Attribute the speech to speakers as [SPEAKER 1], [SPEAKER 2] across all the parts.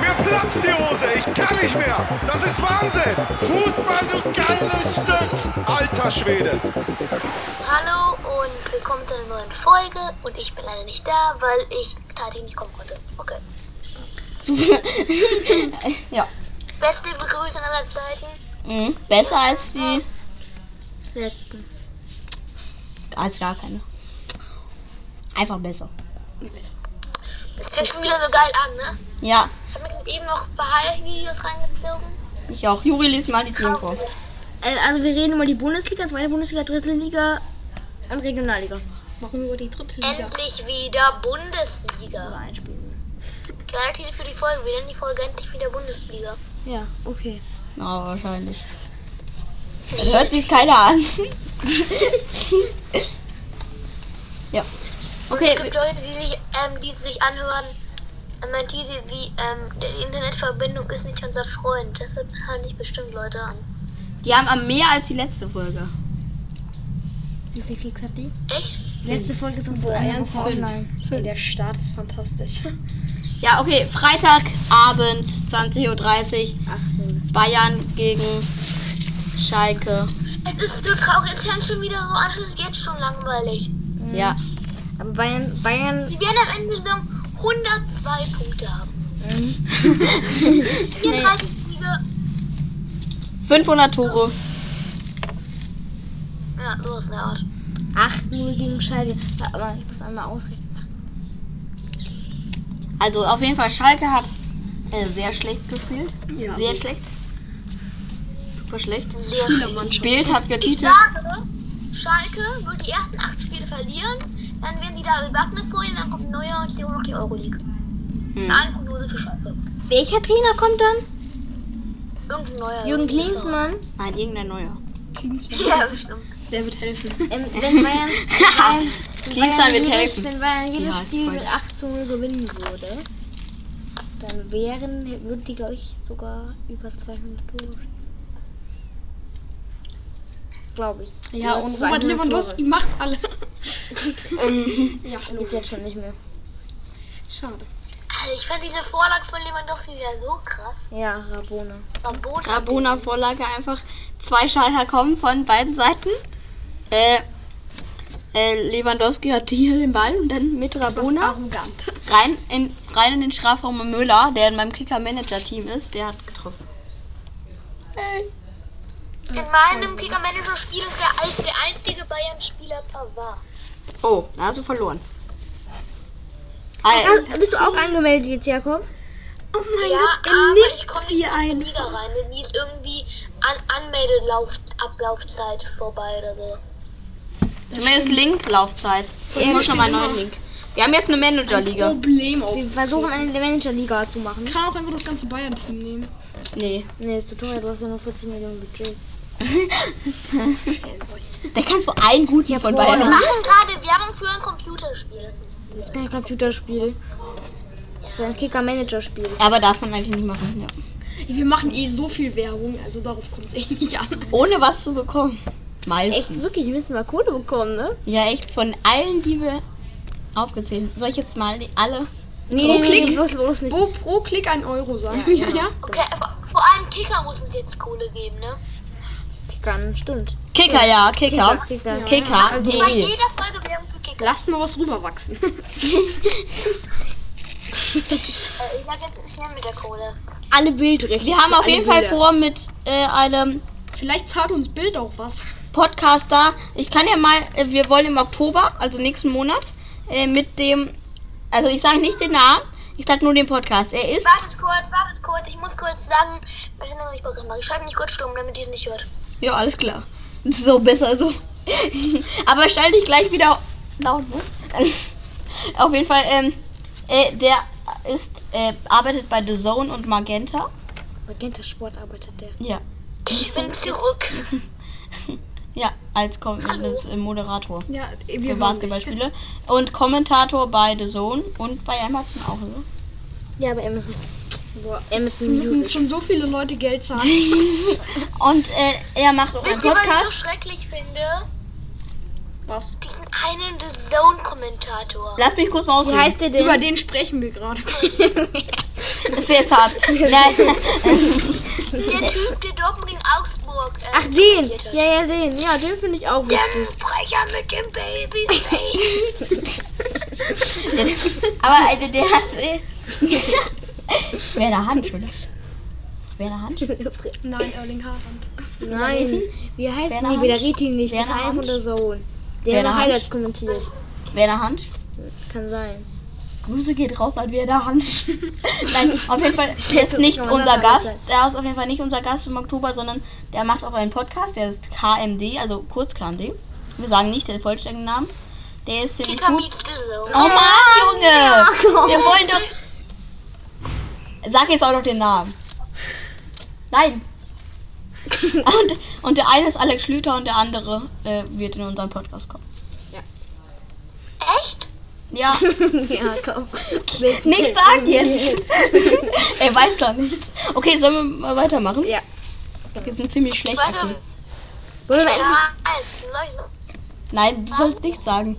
[SPEAKER 1] Mir platzt die Hose, ich kann nicht mehr. Das ist Wahnsinn. Fußball, du geiles Stück. Alter Schwede.
[SPEAKER 2] Hallo und willkommen zu einer neuen Folge. Und ich bin leider nicht da, weil ich tatsächlich nicht kommen konnte. Okay.
[SPEAKER 3] Ja.
[SPEAKER 2] Beste Begrüßung aller Zeiten.
[SPEAKER 3] Mhm. Besser als die.
[SPEAKER 4] letzten.
[SPEAKER 3] als gar keine. Einfach besser.
[SPEAKER 2] Es fängt schon wieder so geil an, ne?
[SPEAKER 3] Ja,
[SPEAKER 2] Ich habe mir jetzt eben noch ein paar Highlight-Videos reingezogen.
[SPEAKER 3] ich auch. Juri liest mal die Themen vor.
[SPEAKER 2] Kaum.
[SPEAKER 4] Äh, Also wir reden über die Bundesliga, zweite Bundesliga, dritte Liga und Regionalliga.
[SPEAKER 5] Machen wir über die dritte Liga.
[SPEAKER 2] Endlich wieder Bundesliga.
[SPEAKER 4] Einspielen.
[SPEAKER 2] Geiler Titel für die Folge. Wir nennen die Folge endlich wieder Bundesliga.
[SPEAKER 4] Ja, okay.
[SPEAKER 3] Na, wahrscheinlich. Hört sich keiner an. ja.
[SPEAKER 2] Und es
[SPEAKER 3] Okay,
[SPEAKER 2] gibt Leute, die, sich, ähm, die sich anhören, ähm, ein Titel wie ähm, die Internetverbindung ist nicht unser Freund. Das hört halt nicht bestimmt Leute an.
[SPEAKER 3] die haben am mehr als die letzte Folge.
[SPEAKER 4] Wie viel Klicks hat die?
[SPEAKER 2] Echt?
[SPEAKER 4] Letzte Folge ist unsere eine Woche
[SPEAKER 5] ernsthaft?
[SPEAKER 4] online.
[SPEAKER 5] Der Start ist fantastisch.
[SPEAKER 3] Ja, okay. Freitagabend, 20.30 Uhr. Bayern gegen Schalke.
[SPEAKER 2] Es ist so traurig, es fängt schon wieder so an, es ist jetzt schon langweilig.
[SPEAKER 3] Ja.
[SPEAKER 4] Aber Bayern, Bayern,
[SPEAKER 2] Wir werden am Ende der Saison 102 Punkte haben. 34 Siege.
[SPEAKER 3] 500 Tore.
[SPEAKER 2] Ja, sowas in der Art.
[SPEAKER 4] 8-0 gegen Schalke. Aber ich muss einmal ausrechnen.
[SPEAKER 3] Also auf jeden Fall, Schalke hat äh, sehr schlecht gespielt. Sehr schlecht. Super schlecht.
[SPEAKER 2] Sehr schön.
[SPEAKER 3] Spielt hat
[SPEAKER 2] Ich
[SPEAKER 3] getitelt.
[SPEAKER 2] sage, Schalke wird die ersten 8 Spiele verlieren. Dann werden sie David Wagner vorhin, dann kommt Neuer und sie holen noch die Euroleague.
[SPEAKER 3] Hm.
[SPEAKER 2] Eine Prognose für Schalke.
[SPEAKER 4] Welcher Trainer kommt dann?
[SPEAKER 2] Irgendein Neuer.
[SPEAKER 4] Jürgen
[SPEAKER 5] Äh,
[SPEAKER 2] irgendwie so.
[SPEAKER 4] Klinsmann.
[SPEAKER 3] Nein, irgendein neuer.
[SPEAKER 2] Ja, bestimmt.
[SPEAKER 5] Der wird helfen.
[SPEAKER 4] Ähm, wenn Bayern, Bayern, wenn
[SPEAKER 3] Klinsmann
[SPEAKER 4] Bayern
[SPEAKER 3] wird
[SPEAKER 4] jedes-
[SPEAKER 3] helfen.
[SPEAKER 4] Wenn Bayern jedes
[SPEAKER 3] Ja, ich
[SPEAKER 4] Spiel
[SPEAKER 3] weiß.
[SPEAKER 4] mit 8 zu 0 gewinnen würde, dann wären, würden die, glaube ich, sogar über 200 Tore schießen. Glaube ich.
[SPEAKER 5] Ja,
[SPEAKER 4] Über
[SPEAKER 5] und
[SPEAKER 4] 200
[SPEAKER 5] Robert
[SPEAKER 4] Tore.
[SPEAKER 5] Lewandowski macht alle. ja,
[SPEAKER 4] Ist jetzt schon nicht mehr.
[SPEAKER 5] schade.
[SPEAKER 2] Also ich fand diese Vorlage von Lewandowski ja so krass.
[SPEAKER 4] Ja, Rabona.
[SPEAKER 2] Verbot.
[SPEAKER 3] Rabona Vorlage einfach. Zwei Schalker kommen von beiden Seiten. Äh, äh, Lewandowski hat hier den Ball und dann mit Rabona
[SPEAKER 5] Arrogant.
[SPEAKER 3] rein in, rein in den Strafraum mit Müller, der in meinem Kicker-Manager-Team ist, der hat getroffen. Hey.
[SPEAKER 2] In meinem Kicker-Manager-Spiel ist der, als der einzige Bayern-Spieler Pavard.
[SPEAKER 3] Oh, da hast du verloren. Ei,
[SPEAKER 4] bist du auch angemeldet jetzt, Jakob?
[SPEAKER 5] Oh mein
[SPEAKER 2] Ja,
[SPEAKER 5] Gott, er
[SPEAKER 2] aber ich
[SPEAKER 5] nickt
[SPEAKER 2] komme nicht
[SPEAKER 5] sie
[SPEAKER 2] in die
[SPEAKER 5] ein.
[SPEAKER 2] Liga rein, denn die ist irgendwie an Anmeldeablaufzeit vorbei oder so.
[SPEAKER 3] zumindest Link-Laufzeit. Ich muss nochmal einen neuen Link. Wir haben jetzt eine Manager-Liga.
[SPEAKER 5] Problem auf.
[SPEAKER 4] Wir versuchen eine Manager-Liga zu machen.
[SPEAKER 5] Kann auch einfach das ganze Bayern-Team nehmen.
[SPEAKER 3] Nee,
[SPEAKER 4] Nee, ist zu teuer, du hast ja nur 40 Millionen Budget.
[SPEAKER 3] da kannst du einen guten von
[SPEAKER 4] boah.
[SPEAKER 3] beiden.
[SPEAKER 2] Wir machen gerade Werbung für ein Computerspiel.
[SPEAKER 4] Das ist kein Computerspiel. Das ist ein Kicker-Manager-Spiel.
[SPEAKER 3] Aber darf man eigentlich nicht machen, ja.
[SPEAKER 5] Wir machen eh so viel Werbung, also darauf kommt es eh nicht an.
[SPEAKER 3] Ohne was zu bekommen.
[SPEAKER 4] Echt,
[SPEAKER 3] Meistens.
[SPEAKER 4] wirklich, wir müssen mal Kohle bekommen, ne?
[SPEAKER 3] Ja, echt. Von allen, die wir aufgezählt Soll ich jetzt mal die- alle?
[SPEAKER 4] Nee, nee, nee, nee, bloß, bloß nicht.
[SPEAKER 5] Wo pro Klick ein Euro sagen. Ja, ja.
[SPEAKER 2] Okay, aber vor allem Kicker muss uns jetzt Kohle geben, ne?
[SPEAKER 4] Kickern, stimmt.
[SPEAKER 3] Kicker, ja, Kicker.
[SPEAKER 4] Kicker.
[SPEAKER 3] Kicker.
[SPEAKER 2] Also
[SPEAKER 5] eh.
[SPEAKER 2] bei
[SPEAKER 3] DE.
[SPEAKER 2] jeder Folge Werbung für Kicker.
[SPEAKER 5] Lasst mal was rüberwachsen.
[SPEAKER 2] Äh, Ich sag jetzt nicht mehr mit der Kohle.
[SPEAKER 4] Alle Bildrechte.
[SPEAKER 3] Wir haben auf jeden Fall
[SPEAKER 4] Bilder.
[SPEAKER 3] vor mit äh, einem
[SPEAKER 5] Vielleicht zahlt uns Bild auch was.
[SPEAKER 3] Podcast da. Ich kann ja mal, äh, wir wollen im Oktober, also nächsten Monat, äh, mit dem, also ich sage nicht den Namen, ich sage nur den Podcast. Er ist,
[SPEAKER 2] Wartet kurz, wartet kurz, ich muss kurz sagen, weil ich noch nicht Podcast mache. Ich schalte mich kurz stumm, damit ihr es nicht hört.
[SPEAKER 3] ja, alles klar. So besser so. Aber stell dich gleich wieder laut, ne? Auf jeden Fall, ähm, äh, der ist, äh, arbeitet bei The Zone und Magenta.
[SPEAKER 4] Magenta Sport arbeitet der.
[SPEAKER 3] Ja.
[SPEAKER 2] Ich bin zurück.
[SPEAKER 3] Ja, als Kom als, äh, Moderator
[SPEAKER 5] Ja, wir
[SPEAKER 3] für
[SPEAKER 5] hören
[SPEAKER 3] Basketballspiele. Und Kommentator bei The Zone und bei Amazon auch, ne? oder?
[SPEAKER 4] Ja, aber Amazon. Boah,
[SPEAKER 5] dich.
[SPEAKER 4] Amazon
[SPEAKER 5] Wir müssen
[SPEAKER 4] Music.
[SPEAKER 5] schon so viele Leute Geld zahlen.
[SPEAKER 3] Und äh, er macht auch einen
[SPEAKER 2] Wisst ihr, was ich so
[SPEAKER 3] Podcast.
[SPEAKER 2] schrecklich finde?
[SPEAKER 5] Was?
[SPEAKER 2] Diesen einen The Zone-Kommentator.
[SPEAKER 3] Lass mich kurz raus.
[SPEAKER 4] Wie heißt der denn?
[SPEAKER 5] Über den sprechen wir gerade.
[SPEAKER 3] Das wäre jetzt hart. Nein.
[SPEAKER 2] Der Typ, der Dortmund gegen Augsburg. ähm,
[SPEAKER 4] Ach, den!
[SPEAKER 2] kommentiert hat.
[SPEAKER 4] Ja, ja, den. Ja, den finde ich auch witzig.
[SPEAKER 2] Der Brecher mit dem Babyface.
[SPEAKER 3] Aber also, der hat. äh, Schwerer Handschuh. Schwerer Handschuh.
[SPEAKER 5] Nein, Erling Haaland.
[SPEAKER 4] Nein. Wie heißt
[SPEAKER 3] Werner
[SPEAKER 4] der? Nee,
[SPEAKER 3] Hansch?
[SPEAKER 4] Bedariti nicht. Der
[SPEAKER 3] Werner
[SPEAKER 4] Verein von
[SPEAKER 3] Hansch?
[SPEAKER 4] der Zone. Der
[SPEAKER 3] Werner
[SPEAKER 4] noch Highlights
[SPEAKER 3] Hansch?
[SPEAKER 4] kommentiert.
[SPEAKER 3] Werner Hansch.
[SPEAKER 4] Kann sein.
[SPEAKER 3] Grüße geht raus an Werner Hansch. Nein, auf jeden Fall, der ist nicht unser Gast. Der ist auf jeden Fall nicht unser Gast im Oktober, sondern der macht auch einen Podcast. Der ist KMD, also kurz KMD. Wir sagen nicht den vollständigen Namen. Der ist ziemlich
[SPEAKER 2] Kicker
[SPEAKER 3] gut.
[SPEAKER 2] meets The Zone.
[SPEAKER 3] Oh Mann,
[SPEAKER 4] Oh.
[SPEAKER 3] Junge! Wir wollen doch. Sag jetzt auch noch den Namen. Nein. Und, und der eine ist Alex Schlüter und der andere äh, wird in unseren Podcast kommen.
[SPEAKER 2] Echt?
[SPEAKER 3] Ja,
[SPEAKER 4] Ja, komm.
[SPEAKER 3] nicht sagen jetzt. er weiß doch nichts. Okay, sollen wir mal weitermachen?
[SPEAKER 4] Ja.
[SPEAKER 3] Wir sind ziemlich schlecht.
[SPEAKER 2] Warte.
[SPEAKER 3] darin.
[SPEAKER 4] Wollen wir, endlich,
[SPEAKER 2] Ja, es läuft.
[SPEAKER 3] Nein, du sollst nichts sagen.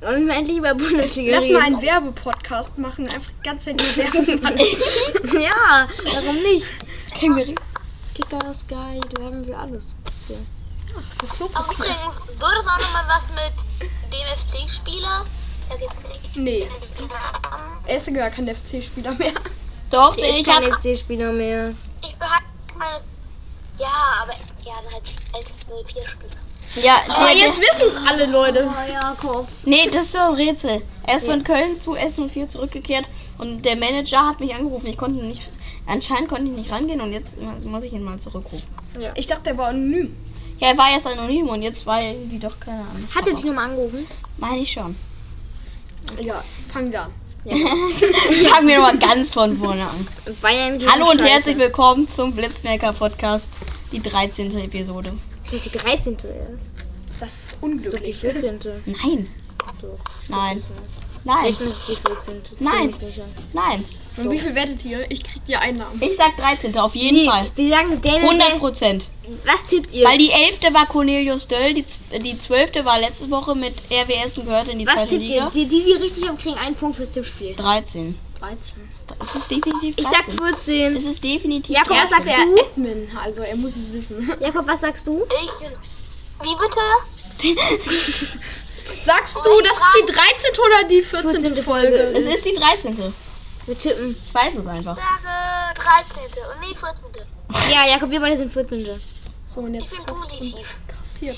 [SPEAKER 4] wollen wir mal endlich über Bundesliga
[SPEAKER 5] Lass mal
[SPEAKER 4] reden?
[SPEAKER 5] einen Werbepodcast machen. Einfach ganz Zeit nur Werbung machen.
[SPEAKER 4] Ja, warum nicht?
[SPEAKER 3] Können wir reden?
[SPEAKER 4] Kicker, Sky, da haben wir alles.
[SPEAKER 2] Aber übrigens, würde es auch nochmal was mit dem FC-Spieler? Ja, geht's nicht.
[SPEAKER 5] Nee. Er ist ja gar kein FC-Spieler mehr.
[SPEAKER 3] Doch,
[SPEAKER 4] Der ist
[SPEAKER 3] ich
[SPEAKER 4] kein
[SPEAKER 3] habe
[SPEAKER 4] FC-Spieler mehr.
[SPEAKER 2] Ich behalte meine. Ja, aber. Ja, dann halt 1-0-4-Spieler.
[SPEAKER 3] ja,
[SPEAKER 5] Aber
[SPEAKER 3] der-
[SPEAKER 5] jetzt wissen es alle Leute.
[SPEAKER 3] Nee, das ist doch ein Rätsel. Er ist von Köln zu S04 zurückgekehrt und der Manager hat mich angerufen. Ich konnte nicht, anscheinend konnte ich nicht rangehen und jetzt äh, muss ich ihn mal zurückrufen.
[SPEAKER 5] Ich dachte, er war anonym.
[SPEAKER 3] Ja, er war erst anonym und jetzt war er irgendwie doch keine Ahnung.
[SPEAKER 4] Hat er dich nochmal angerufen?
[SPEAKER 3] Meine ich schon.
[SPEAKER 5] Ja, fang da an.
[SPEAKER 3] Fangen wir nochmal ganz von vorne an.
[SPEAKER 4] Bayern gegen
[SPEAKER 3] Hallo und
[SPEAKER 4] Schalke.
[SPEAKER 3] herzlich willkommen zum Blitzmerker Podcast, die 13. Episode.
[SPEAKER 4] Das ist die 13. erst. Das
[SPEAKER 5] Das ist
[SPEAKER 4] ist doch die
[SPEAKER 5] unglücklich.
[SPEAKER 4] 14.
[SPEAKER 3] Nein,
[SPEAKER 4] Doch.
[SPEAKER 3] nein,
[SPEAKER 4] Ich
[SPEAKER 3] nein,
[SPEAKER 4] bin das ist die 14.
[SPEAKER 3] Nein.
[SPEAKER 4] Ziemlich sicher.
[SPEAKER 3] nein.
[SPEAKER 5] Und wie viel werdet ihr? Ich krieg die Einnahmen.
[SPEAKER 3] Ich sag 13. auf jeden Fall.
[SPEAKER 4] Wir sagen der, der,
[SPEAKER 3] 100
[SPEAKER 4] der
[SPEAKER 3] Prozent.
[SPEAKER 4] Was tippt ihr?
[SPEAKER 3] Weil die 11. war Cornelius Döll, die, z- die 12. war letzte Woche mit RWS und gehört in die
[SPEAKER 4] Was
[SPEAKER 3] zweite
[SPEAKER 4] tippt ihr?
[SPEAKER 3] Liga.
[SPEAKER 4] Die, die, die richtig haben, kriegen einen Punkt fürs Tippspiel.
[SPEAKER 3] 13.
[SPEAKER 5] 13.
[SPEAKER 3] Das ist definitiv 13.
[SPEAKER 4] Ich sag
[SPEAKER 3] Es
[SPEAKER 4] 14.
[SPEAKER 3] ist definitiv
[SPEAKER 4] Jakob, was
[SPEAKER 3] 13.
[SPEAKER 4] sagst du?
[SPEAKER 5] Admin, also er muss es wissen.
[SPEAKER 4] Jakob, was sagst du?
[SPEAKER 2] Ich. Wie bitte?
[SPEAKER 5] Sagst du, das ist die 13. oder die 14. Folge?
[SPEAKER 3] Es ist die 13.
[SPEAKER 4] Wir tippen.
[SPEAKER 3] Ich weiß es
[SPEAKER 2] Ich
[SPEAKER 3] einfach.
[SPEAKER 2] sage 13. und nee, 14.
[SPEAKER 4] Ja, Jakob, wir beide sind 14.
[SPEAKER 5] So, und
[SPEAKER 2] Ich
[SPEAKER 5] jetzt
[SPEAKER 2] bin positiv.
[SPEAKER 5] kassiert.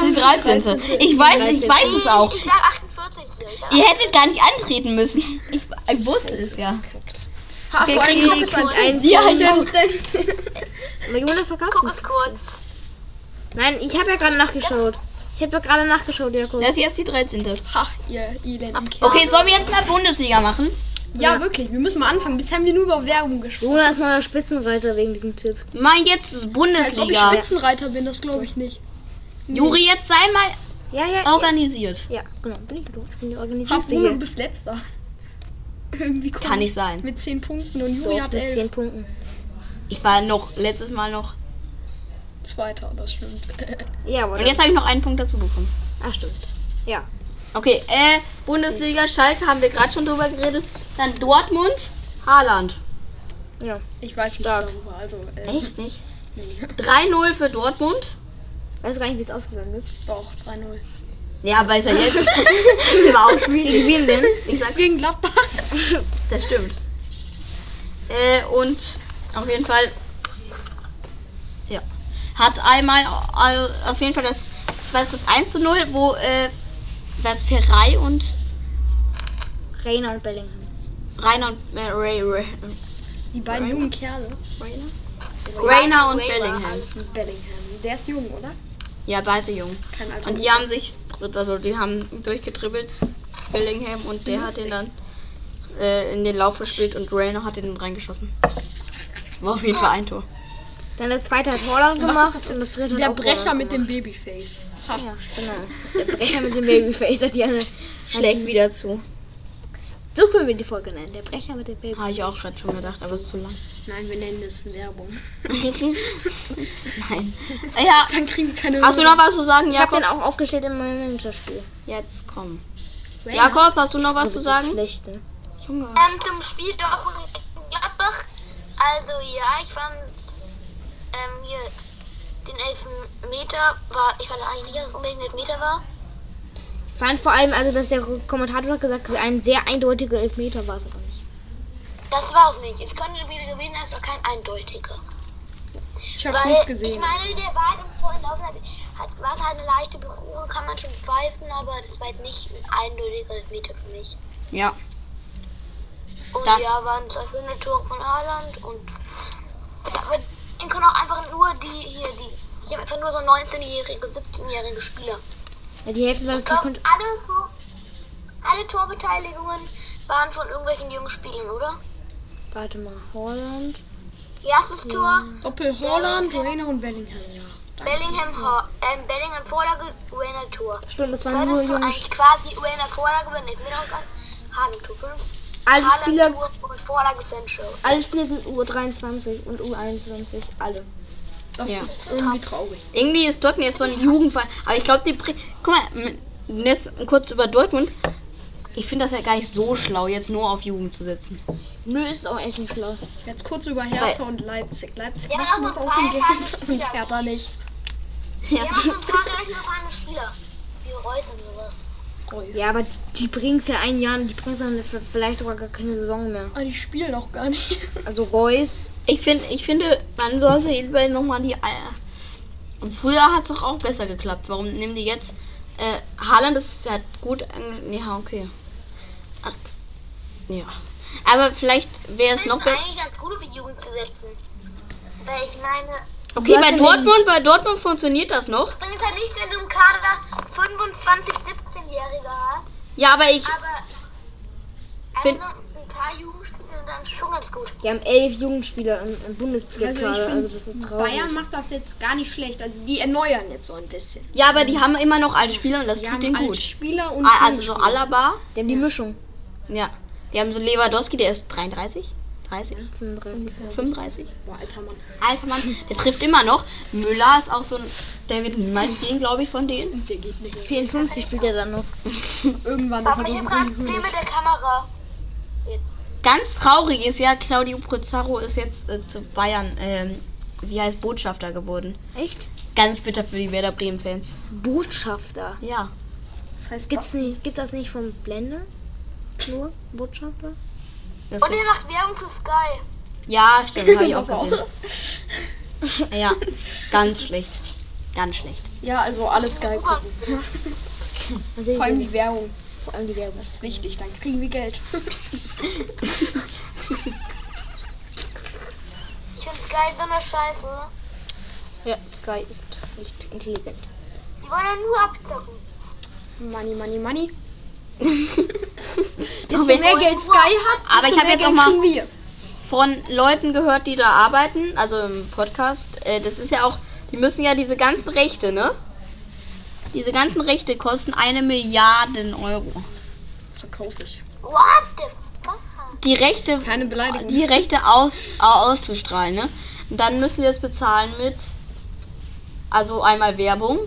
[SPEAKER 3] Es ist die 13. Ich weiß, ich weiß es auch.
[SPEAKER 2] Ich sage 48. hier. Ich sag
[SPEAKER 3] Ihr hättet gar nicht antreten müssen. Ich, ich wusste es ja.
[SPEAKER 5] Ha, vor allem
[SPEAKER 2] kriegen
[SPEAKER 5] ich fand
[SPEAKER 2] die
[SPEAKER 5] einen
[SPEAKER 3] Ja, ich auch.
[SPEAKER 4] Aber Jona verkauft
[SPEAKER 2] Guck
[SPEAKER 4] nicht.
[SPEAKER 2] es kurz.
[SPEAKER 4] Nein, ich habe ja gerade nachgeschaut. Ich habe ja gerade nachgeschaut, Jakob.
[SPEAKER 3] Das ist jetzt die 13.
[SPEAKER 5] Ha, ihr elenden Kerl.
[SPEAKER 3] Okay, sollen wir jetzt mal Bundesliga machen?
[SPEAKER 5] Ja, wirklich, wir müssen mal anfangen. Bisher haben wir nur über Werbung gesprochen.
[SPEAKER 4] Jona ist neuer Spitzenreiter wegen diesem Tipp.
[SPEAKER 3] Mal jetzt ist
[SPEAKER 5] Als ob ich
[SPEAKER 3] Bundesliga.
[SPEAKER 5] Spitzenreiter bin, das glaube ich nicht.
[SPEAKER 3] Juri, jetzt sei mal
[SPEAKER 4] Ja, ja.
[SPEAKER 3] organisiert.
[SPEAKER 4] Ja, genau. Bin ich doof. Ich bin die
[SPEAKER 5] Fast
[SPEAKER 4] Organisierte
[SPEAKER 5] nur, du
[SPEAKER 4] hier.
[SPEAKER 5] bist letzter. Irgendwie komisch.
[SPEAKER 3] Kann nicht sein.
[SPEAKER 5] Mit 10 Punkten und Juri
[SPEAKER 4] Doch,
[SPEAKER 5] hat
[SPEAKER 4] mit
[SPEAKER 5] 11.
[SPEAKER 4] 10 Punkten.
[SPEAKER 3] Ich war noch letztes Mal noch.
[SPEAKER 5] Zweiter, das stimmt.
[SPEAKER 4] Ja, aber.
[SPEAKER 3] Und jetzt habe ich noch einen Punkt dazu bekommen.
[SPEAKER 4] Ach, stimmt. Ja.
[SPEAKER 3] Okay, äh, Bundesliga, Schalke haben wir gerade schon drüber geredet. Dann Dortmund, Haaland.
[SPEAKER 4] Ja.
[SPEAKER 5] Ich weiß nicht
[SPEAKER 4] Stark.
[SPEAKER 5] darüber, also. Äh,
[SPEAKER 3] Echt nicht? 3-0 für Dortmund.
[SPEAKER 4] Weiß gar nicht, wie es ausgegangen ist.
[SPEAKER 5] doch, 3-0.
[SPEAKER 3] Ja, weiß er jetzt. War auch schwierig.
[SPEAKER 4] Gegen wen denn?
[SPEAKER 3] Ich sag,
[SPEAKER 5] Gegen Gladbach.
[SPEAKER 3] das stimmt. Äh, und auf jeden Fall. Ja. Hat einmal also auf jeden Fall das, was ist das 1 zu 0, wo äh, was Ferrei und
[SPEAKER 4] Rainer und Bellingham.
[SPEAKER 3] Rainer und äh, Ray, Ray,
[SPEAKER 5] Die beiden jungen Kerle.
[SPEAKER 3] Rainer und Bellingham.
[SPEAKER 5] Bellingham. Der ist jung, oder?
[SPEAKER 3] Ja, beide jung.
[SPEAKER 5] Kein alter
[SPEAKER 3] Und die haben sich, also die haben durchgetribbelt, Bellingham, und der hat den dann äh, in den Lauf gespielt und Rainer hat den dann reingeschossen. War auf jeden Fall ein Tor.
[SPEAKER 4] Dann das zweite hat Holland
[SPEAKER 5] Was
[SPEAKER 4] gemacht
[SPEAKER 5] ist das
[SPEAKER 4] und das
[SPEAKER 5] jetzt?
[SPEAKER 4] dritte
[SPEAKER 5] Der
[SPEAKER 4] hat auch
[SPEAKER 5] Brecher
[SPEAKER 4] Haaland
[SPEAKER 5] mit dem Babyface.
[SPEAKER 4] gemacht. Ja, genau. Der Brecher mit dem Babyface hat die eine.
[SPEAKER 3] Schlägt wieder zu.
[SPEAKER 4] So können wir die Folge nennen. Der Brecher mit dem Baby.
[SPEAKER 3] Habe ich auch gerade schon gedacht, aber ist zu lang.
[SPEAKER 5] Nein, wir nennen das Werbung.
[SPEAKER 3] Nein. Ja,
[SPEAKER 5] Dann kriegen wir keine
[SPEAKER 3] hast du noch was zu sagen,
[SPEAKER 4] Ich habe
[SPEAKER 3] Jakob?
[SPEAKER 4] den auch aufgestellt in meinem Managerspiel.
[SPEAKER 3] Jetzt komm.
[SPEAKER 5] Rainer.
[SPEAKER 3] Jakob, hast du noch was zu
[SPEAKER 4] So
[SPEAKER 3] sagen?
[SPEAKER 4] schlecht, ne?
[SPEAKER 3] Junge.
[SPEAKER 2] Ähm, zum Spiel Dortmund gegen Gladbach. Also ja, ich fand ähm, hier den Elfmeter war, ich fand eigentlich nicht, dass es unbedingt ein Elfmeter war.
[SPEAKER 4] Ich fand vor allem, also, dass der Kommentator hat gesagt, dass ein sehr eindeutiger Elfmeter war es aber nicht.
[SPEAKER 2] Das war es nicht. Es könnte wieder gewinnen, es war kein eindeutiger.
[SPEAKER 5] Ich habe nichts
[SPEAKER 2] Weil ich
[SPEAKER 5] gesehen.
[SPEAKER 2] meine, der war halt im Vorlauf, hat, hat, war es halt eine leichte Berührung, kann man schon pfeifen, aber das war jetzt nicht ein eindeutiger Elfmeter für mich.
[SPEAKER 3] Ja.
[SPEAKER 2] Und
[SPEAKER 3] Das-
[SPEAKER 2] ja, waren zwei schöne Tore von Haaland und ja, aber den können auch einfach nur die hier, die, die haben einfach nur so 19-jährige, 17-jährige Spieler.
[SPEAKER 4] Ja, Also die Hälfte war
[SPEAKER 2] Ich glaube,
[SPEAKER 4] gekonnt.
[SPEAKER 2] alle, Tor- alle Torbeteiligungen waren von irgendwelchen jungen Spielern, oder?
[SPEAKER 4] Warte mal, Holland.
[SPEAKER 2] Erstes Tor,
[SPEAKER 5] Doppel Holland, Rainer und Bellingham. Ja.
[SPEAKER 2] Bellingham, Ho- ähm, Bellingham Vorlage, Werner Tor.
[SPEAKER 4] Stimmt, das waren nur
[SPEAKER 2] Zweites Tor
[SPEAKER 4] junge.
[SPEAKER 2] eigentlich quasi Werner Vorlage, wenn ich mir noch Haaland Tor 5,
[SPEAKER 4] Alle
[SPEAKER 2] Haaland
[SPEAKER 4] Also Spieler,
[SPEAKER 2] Tor und Vorlage Central.
[SPEAKER 4] alle Spieler sind U23 und U21. Alle.
[SPEAKER 5] Das
[SPEAKER 3] Ja.
[SPEAKER 5] ist irgendwie traurig.
[SPEAKER 3] Irgendwie ist Dortmund jetzt so ein Jugendverein. Aber ich glaube, die. Pri Guck mal, m- jetzt kurz über Dortmund. Ich finde das ja gar nicht so schlau, jetzt nur auf Jugend zu setzen.
[SPEAKER 4] Nö, ist auch echt nicht schlau.
[SPEAKER 5] Jetzt kurz über Hertha und Leipzig. Leipzig
[SPEAKER 2] Ja,
[SPEAKER 5] muss
[SPEAKER 2] aber
[SPEAKER 5] noch
[SPEAKER 2] noch
[SPEAKER 5] aus dem
[SPEAKER 2] drei Tage
[SPEAKER 5] Gehirn.
[SPEAKER 2] später.
[SPEAKER 5] Hertha nicht.
[SPEAKER 2] Ja. Die haben auch so ein paar relativ erfahrene Spieler, wie Reus und sowas.
[SPEAKER 5] Reus.
[SPEAKER 4] Ja, aber die, die bringen's ja ein Jahr und die bringen's dann vielleicht sogar gar keine Saison mehr.
[SPEAKER 5] Ah, die spielen auch gar nicht.
[SPEAKER 4] Also Reus.
[SPEAKER 3] Ich, find, ich finde, man sollte lieber nochmal die. Ei- Früher hat es doch auch besser geklappt. Warum nehmen die jetzt. Äh, Haaland ist hat gut. ange- Ja, okay. Ach, Ja. Aber vielleicht wäre es
[SPEAKER 2] Ich
[SPEAKER 3] noch
[SPEAKER 2] bin
[SPEAKER 3] besser.
[SPEAKER 2] eigentlich ganz gut auf die Jugend zu setzen. Weil ich meine,
[SPEAKER 3] Okay,
[SPEAKER 4] Du hast
[SPEAKER 3] bei
[SPEAKER 4] ja
[SPEAKER 3] Dortmund, bei Dortmund funktioniert das noch.
[SPEAKER 2] es bringt halt nichts, wenn du im Kader 25, 17-Jährige hast.
[SPEAKER 3] Ja, aber ich.
[SPEAKER 2] Aber
[SPEAKER 3] Find-
[SPEAKER 2] also ein paar Jugendspiele sind dann schon ganz gut.
[SPEAKER 4] Die haben elf Jugendspieler im, im Bundesliga
[SPEAKER 5] Also ich
[SPEAKER 4] gerade.
[SPEAKER 5] finde,
[SPEAKER 4] Also das ist traurig.
[SPEAKER 5] Bayern macht das jetzt gar nicht schlecht. Also die erneuern jetzt so ein bisschen.
[SPEAKER 3] Ja, aber die haben immer noch alte Spieler und das
[SPEAKER 5] Die
[SPEAKER 3] tut
[SPEAKER 5] haben
[SPEAKER 3] denen
[SPEAKER 5] alte
[SPEAKER 3] gut.
[SPEAKER 5] Spieler und
[SPEAKER 3] Ah, Also so
[SPEAKER 5] junge
[SPEAKER 3] Alaba.
[SPEAKER 4] Die haben die Mischung.
[SPEAKER 3] Ja. Die haben so Lewandowski, der ist 33, 30,
[SPEAKER 4] 35.
[SPEAKER 3] 35.
[SPEAKER 5] Spieler. Boah, alter Mann.
[SPEAKER 3] Alter Mann, der trifft immer noch. Müller ist auch so ein. Der wird niemals gehen, glaube ich, von denen.
[SPEAKER 5] Der geht nicht.
[SPEAKER 4] 54 spielt er dann noch.
[SPEAKER 5] Irgendwann
[SPEAKER 2] Aber
[SPEAKER 5] hat
[SPEAKER 2] ich
[SPEAKER 5] er
[SPEAKER 2] habe gerade ein Problem mit der Kamera. Jetzt.
[SPEAKER 3] Ganz traurig ist ja, Claudio Pizarro ist jetzt äh, zu Bayern, ähm, wie heißt Botschafter geworden.
[SPEAKER 4] Echt?
[SPEAKER 3] Ganz bitter für die Werder Bremen-Fans.
[SPEAKER 4] Botschafter.
[SPEAKER 3] Ja.
[SPEAKER 5] Das heißt,
[SPEAKER 4] Gibt's nicht, gibt das nicht vom Blende? Nur Botschafter?
[SPEAKER 3] Das
[SPEAKER 2] Und ihr macht Werbung für Sky.
[SPEAKER 3] ja, stimmt, habe ich auch
[SPEAKER 5] Das auch.
[SPEAKER 3] gesehen. Ja, ganz schlecht. Ganz schlecht.
[SPEAKER 5] Ja, also alles geil gucken.
[SPEAKER 4] Dann sehe ich
[SPEAKER 5] Vor allem
[SPEAKER 4] die-
[SPEAKER 5] die Werbung.
[SPEAKER 4] vor allem die Werbung.
[SPEAKER 5] Das ist wichtig, dann kriegen wir Geld.
[SPEAKER 2] Ich finde Sky so eine Scheiße.
[SPEAKER 4] Ja, Sky ist nicht intelligent.
[SPEAKER 2] Die wollen ja nur abzocken.
[SPEAKER 5] Money, money, money.
[SPEAKER 3] Noch
[SPEAKER 5] Desto
[SPEAKER 3] mehr-
[SPEAKER 5] mehr Geld Sky hat, desto
[SPEAKER 3] Aber ich habe
[SPEAKER 5] mehr
[SPEAKER 3] jetzt
[SPEAKER 5] Geld
[SPEAKER 3] auch mal-
[SPEAKER 5] kriegen wir.
[SPEAKER 3] von Leuten gehört, die da arbeiten, also im Podcast. Äh, das ist ja auch, die müssen ja diese ganzen Rechte, ne? Diese ganzen Rechte kosten eine Milliarde Euro.
[SPEAKER 5] Verkaufe ich.
[SPEAKER 2] What the fuck?
[SPEAKER 3] Die Rechte,
[SPEAKER 5] Keine Beleidigung.
[SPEAKER 3] die Rechte aus, au- auszustrahlen, ne? Und dann müssen wir es bezahlen mit, also einmal Werbung,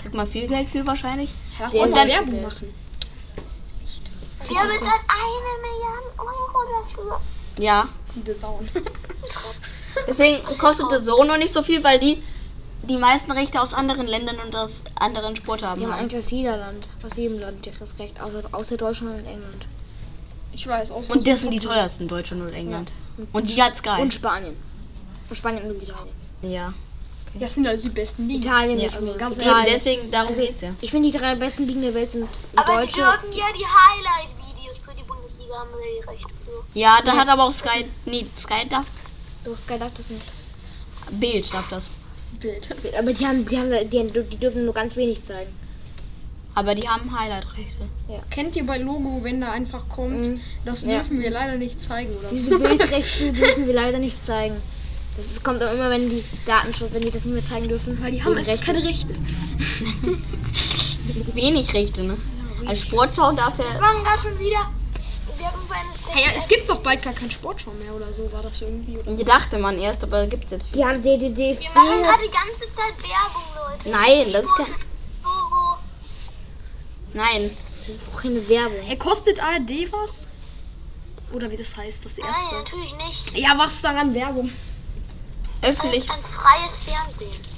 [SPEAKER 3] kriegt man viel Geld für wahrscheinlich.
[SPEAKER 5] Lass
[SPEAKER 3] Und
[SPEAKER 5] uns
[SPEAKER 3] dann-
[SPEAKER 5] mal Werbung machen.
[SPEAKER 2] Wir bezahlen halt eine Milliarde Euro dafür.
[SPEAKER 3] Ja,
[SPEAKER 5] Die Sauen.
[SPEAKER 3] deswegen kostet das so noch nicht so viel, weil die die meisten Rechte aus anderen Ländern und aus anderen
[SPEAKER 4] Die
[SPEAKER 3] Sportarten
[SPEAKER 4] haben
[SPEAKER 3] haben. halt.
[SPEAKER 4] eigentlich aus jeder Land, aus jedem Land das Recht, außer, außer Deutschland und England.
[SPEAKER 5] Ich weiß auch
[SPEAKER 3] Und das sind die teuersten, Deutschland und England. Und die hat Sky.
[SPEAKER 4] Und Spanien. Und Spanien und Italien.
[SPEAKER 3] ja.
[SPEAKER 5] Das sind also die besten Ligen.
[SPEAKER 4] Italien
[SPEAKER 3] Ja,
[SPEAKER 4] nicht mehr.
[SPEAKER 5] ganz
[SPEAKER 3] Eben
[SPEAKER 4] Italien.
[SPEAKER 3] deswegen, darum
[SPEAKER 4] Also,
[SPEAKER 3] geht's ja.
[SPEAKER 4] Ich finde die drei besten Ligen der Welt sind
[SPEAKER 2] Aber die
[SPEAKER 4] Deutsche.
[SPEAKER 2] dürfen ja die Highlight-Videos für die Bundesliga haben wir die Rechte für.
[SPEAKER 3] Ja, da hat aber auch Sky. Nee, Sky darf.
[SPEAKER 4] Doch, Sky darf das nicht.
[SPEAKER 3] Bild darf das.
[SPEAKER 5] Bild.
[SPEAKER 4] Aber die haben, die haben, die, die dürfen nur ganz wenig zeigen.
[SPEAKER 3] Aber die haben Highlight-Rechte.
[SPEAKER 5] Kennt ihr bei Logo, wenn da einfach kommt,
[SPEAKER 4] Mhm.
[SPEAKER 5] das
[SPEAKER 4] Ja.
[SPEAKER 5] dürfen wir leider nicht zeigen oder
[SPEAKER 4] Diese
[SPEAKER 5] so.
[SPEAKER 4] Bildrechte dürfen wir leider nicht zeigen. Das ist, kommt auch immer, wenn die Datenschutz, wenn die das nicht mehr zeigen dürfen.
[SPEAKER 5] Weil die haben
[SPEAKER 4] wegen
[SPEAKER 5] einfach keine Rechte.
[SPEAKER 3] Wenig Rechte, ne? Als Sportschau darf er.
[SPEAKER 2] Mann, da schon wieder Werbung für eine
[SPEAKER 5] Hey, ja, es gibt doch bald gar keinen Sportschau mehr oder so, war das irgendwie. Oder?
[SPEAKER 3] Gedachte man erst, aber gibt's jetzt.
[SPEAKER 4] Die haben DDD
[SPEAKER 2] Wir machen
[SPEAKER 4] früher.
[SPEAKER 2] gerade die ganze Zeit Werbung, Leute.
[SPEAKER 3] Nein, das ist kein-
[SPEAKER 2] Logo.
[SPEAKER 3] Nein.
[SPEAKER 4] Das ist auch keine Werbung.
[SPEAKER 5] Hey, kostet ARD was? Oder wie das heißt, das
[SPEAKER 2] Nein,
[SPEAKER 3] Ah,
[SPEAKER 5] erste.
[SPEAKER 2] natürlich nicht.
[SPEAKER 5] Ja, was daran Werbung?
[SPEAKER 2] Das
[SPEAKER 3] Öffentlich,
[SPEAKER 2] ist ein freies Fernsehen.
[SPEAKER 3] Hm?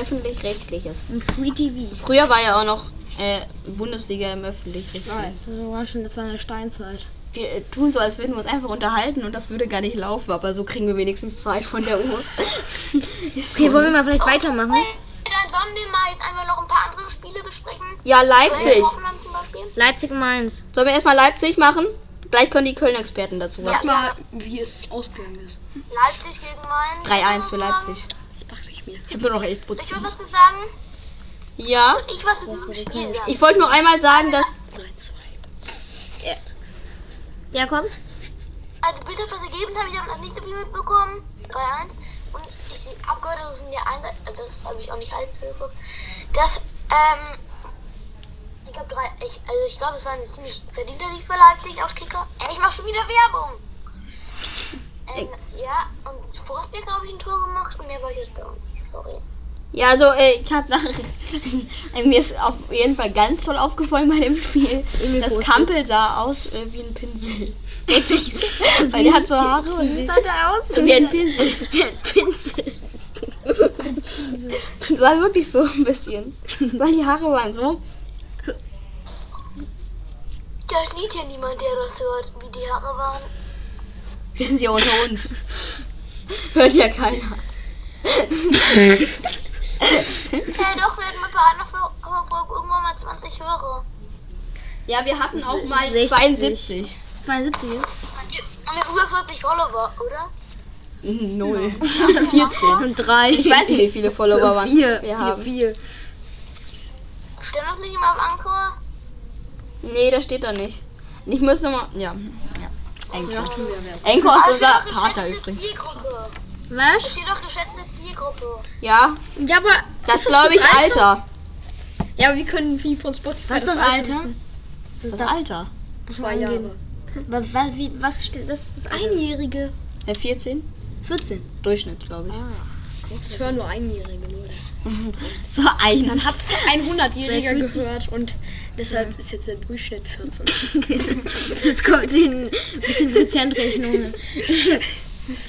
[SPEAKER 3] öffentlich-rechtliches.
[SPEAKER 4] Im Free TV.
[SPEAKER 3] Früher war ja auch noch äh, Bundesliga im öffentlich-rechtlichen.
[SPEAKER 4] also Das war schon, das war in der Steinzeit.
[SPEAKER 3] Wir äh, tun so, als würden wir uns einfach unterhalten und das würde gar nicht laufen, aber so kriegen wir wenigstens Zeit von der Uhr.
[SPEAKER 4] Okay, wollen wir mal vielleicht weitermachen?
[SPEAKER 2] Hey, dann sollen wir mal jetzt einfach noch ein paar andere Spiele besprechen.
[SPEAKER 3] ja, Leipzig.
[SPEAKER 2] Hoffenheim zum Beispiel.
[SPEAKER 4] Leipzig Mainz.
[SPEAKER 3] Sollen wir erstmal Leipzig machen? Gleich können die Köln-Experten dazu was.
[SPEAKER 5] Mal, wie es ausgegangen ist.
[SPEAKER 2] Leipzig gegen Mainz.
[SPEAKER 3] 3-1 für Leipzig.
[SPEAKER 5] Dachte ich mir.
[SPEAKER 3] Ich habe nur noch 11
[SPEAKER 2] Ich will
[SPEAKER 3] Prozent.
[SPEAKER 2] was zu sagen.
[SPEAKER 3] Ja.
[SPEAKER 2] Ich was zu diesem Spiel sagen.
[SPEAKER 3] Ich wollte nur einmal sagen, dass
[SPEAKER 5] 3-2.
[SPEAKER 4] Ja, komm.
[SPEAKER 2] Also bis auf das Ergebnis habe ich davon noch nicht so viel mitbekommen. 3-1. Und ich habe gehört, dass es in der Einheit, also das habe ich auch nicht halb geguckt, dass, ähm, ich glaube, drei, ich, also ich glaube, es war ein ziemlich verdienter Sieg für Leipzig, auch Kicker. Ey, ich mache schon wieder Werbung! Ähm, ja, und Forstberg habe ich ein Tor gemacht und mehr war ich jetzt auch nicht. Sorry.
[SPEAKER 3] Ja, also äh, ich habe nach äh, mir ist auf jeden Fall ganz toll aufgefallen bei dem Spiel,
[SPEAKER 4] Emil
[SPEAKER 3] dass
[SPEAKER 4] Forsberg.
[SPEAKER 3] Kampel sah aus äh, wie ein Pinsel. Wirklich. Weil der hat so Haare und
[SPEAKER 4] Wie sah der aus?
[SPEAKER 3] so wie ein Pinsel.
[SPEAKER 4] Wie ein Pinsel.
[SPEAKER 3] War wirklich so ein bisschen. Weil die Haare waren so.
[SPEAKER 2] Ja, es liegt ja niemand, der das hört, wie die Haare waren.
[SPEAKER 3] Wir sind ja unter uns. Hört ja keiner.
[SPEAKER 2] Hey, doch, wir hatten mal bei Hannover irgendwann mal 20 Hörer.
[SPEAKER 3] Ja, wir hatten auch mal
[SPEAKER 4] 60.
[SPEAKER 3] 72.
[SPEAKER 4] 72 ist.
[SPEAKER 2] Und wir und wir haben über 40 Follower, oder?
[SPEAKER 3] Null. 14.
[SPEAKER 4] Und 3.
[SPEAKER 3] Ich weiß nicht, wie viele Follower waren.
[SPEAKER 4] Vier.
[SPEAKER 3] Wir haben.
[SPEAKER 4] Vier.
[SPEAKER 2] Stellen wir uns nicht immer auf Anchor?
[SPEAKER 3] Nee, das steht da nicht. Ich muss nochmal. Ja. ja. Enko. Enko
[SPEAKER 2] Ah,
[SPEAKER 3] ist
[SPEAKER 2] es steht
[SPEAKER 3] unser
[SPEAKER 2] doch
[SPEAKER 3] Vater
[SPEAKER 2] geschätzte
[SPEAKER 3] übrigens.
[SPEAKER 2] Zielgruppe. Es
[SPEAKER 4] Was?
[SPEAKER 2] steht doch geschätzte Zielgruppe.
[SPEAKER 3] Ja,
[SPEAKER 5] Ja, aber.
[SPEAKER 3] das
[SPEAKER 5] ist
[SPEAKER 3] glaube ich
[SPEAKER 5] das
[SPEAKER 3] Alter.
[SPEAKER 5] Ja, aber wir können viel von Spotify.
[SPEAKER 4] Was ist das Alter?
[SPEAKER 5] wissen.
[SPEAKER 4] Das
[SPEAKER 3] Das
[SPEAKER 4] darf
[SPEAKER 3] Alter.
[SPEAKER 5] Zwei
[SPEAKER 4] man
[SPEAKER 5] Jahre.
[SPEAKER 4] angeben. Aber was, wie, was steht, was ist das Einjährige?
[SPEAKER 3] Äh, 14?
[SPEAKER 4] 14.
[SPEAKER 3] Durchschnitt, glaube ich.
[SPEAKER 5] Das hören nur Einjährige. Leute.
[SPEAKER 3] So ein.
[SPEAKER 5] Dann hat es ein 100-Jähriger
[SPEAKER 4] 42.
[SPEAKER 5] gehört und deshalb ist jetzt der Durchschnitt 14.
[SPEAKER 4] Das kommt in ein bisschen Prozentrechnungen.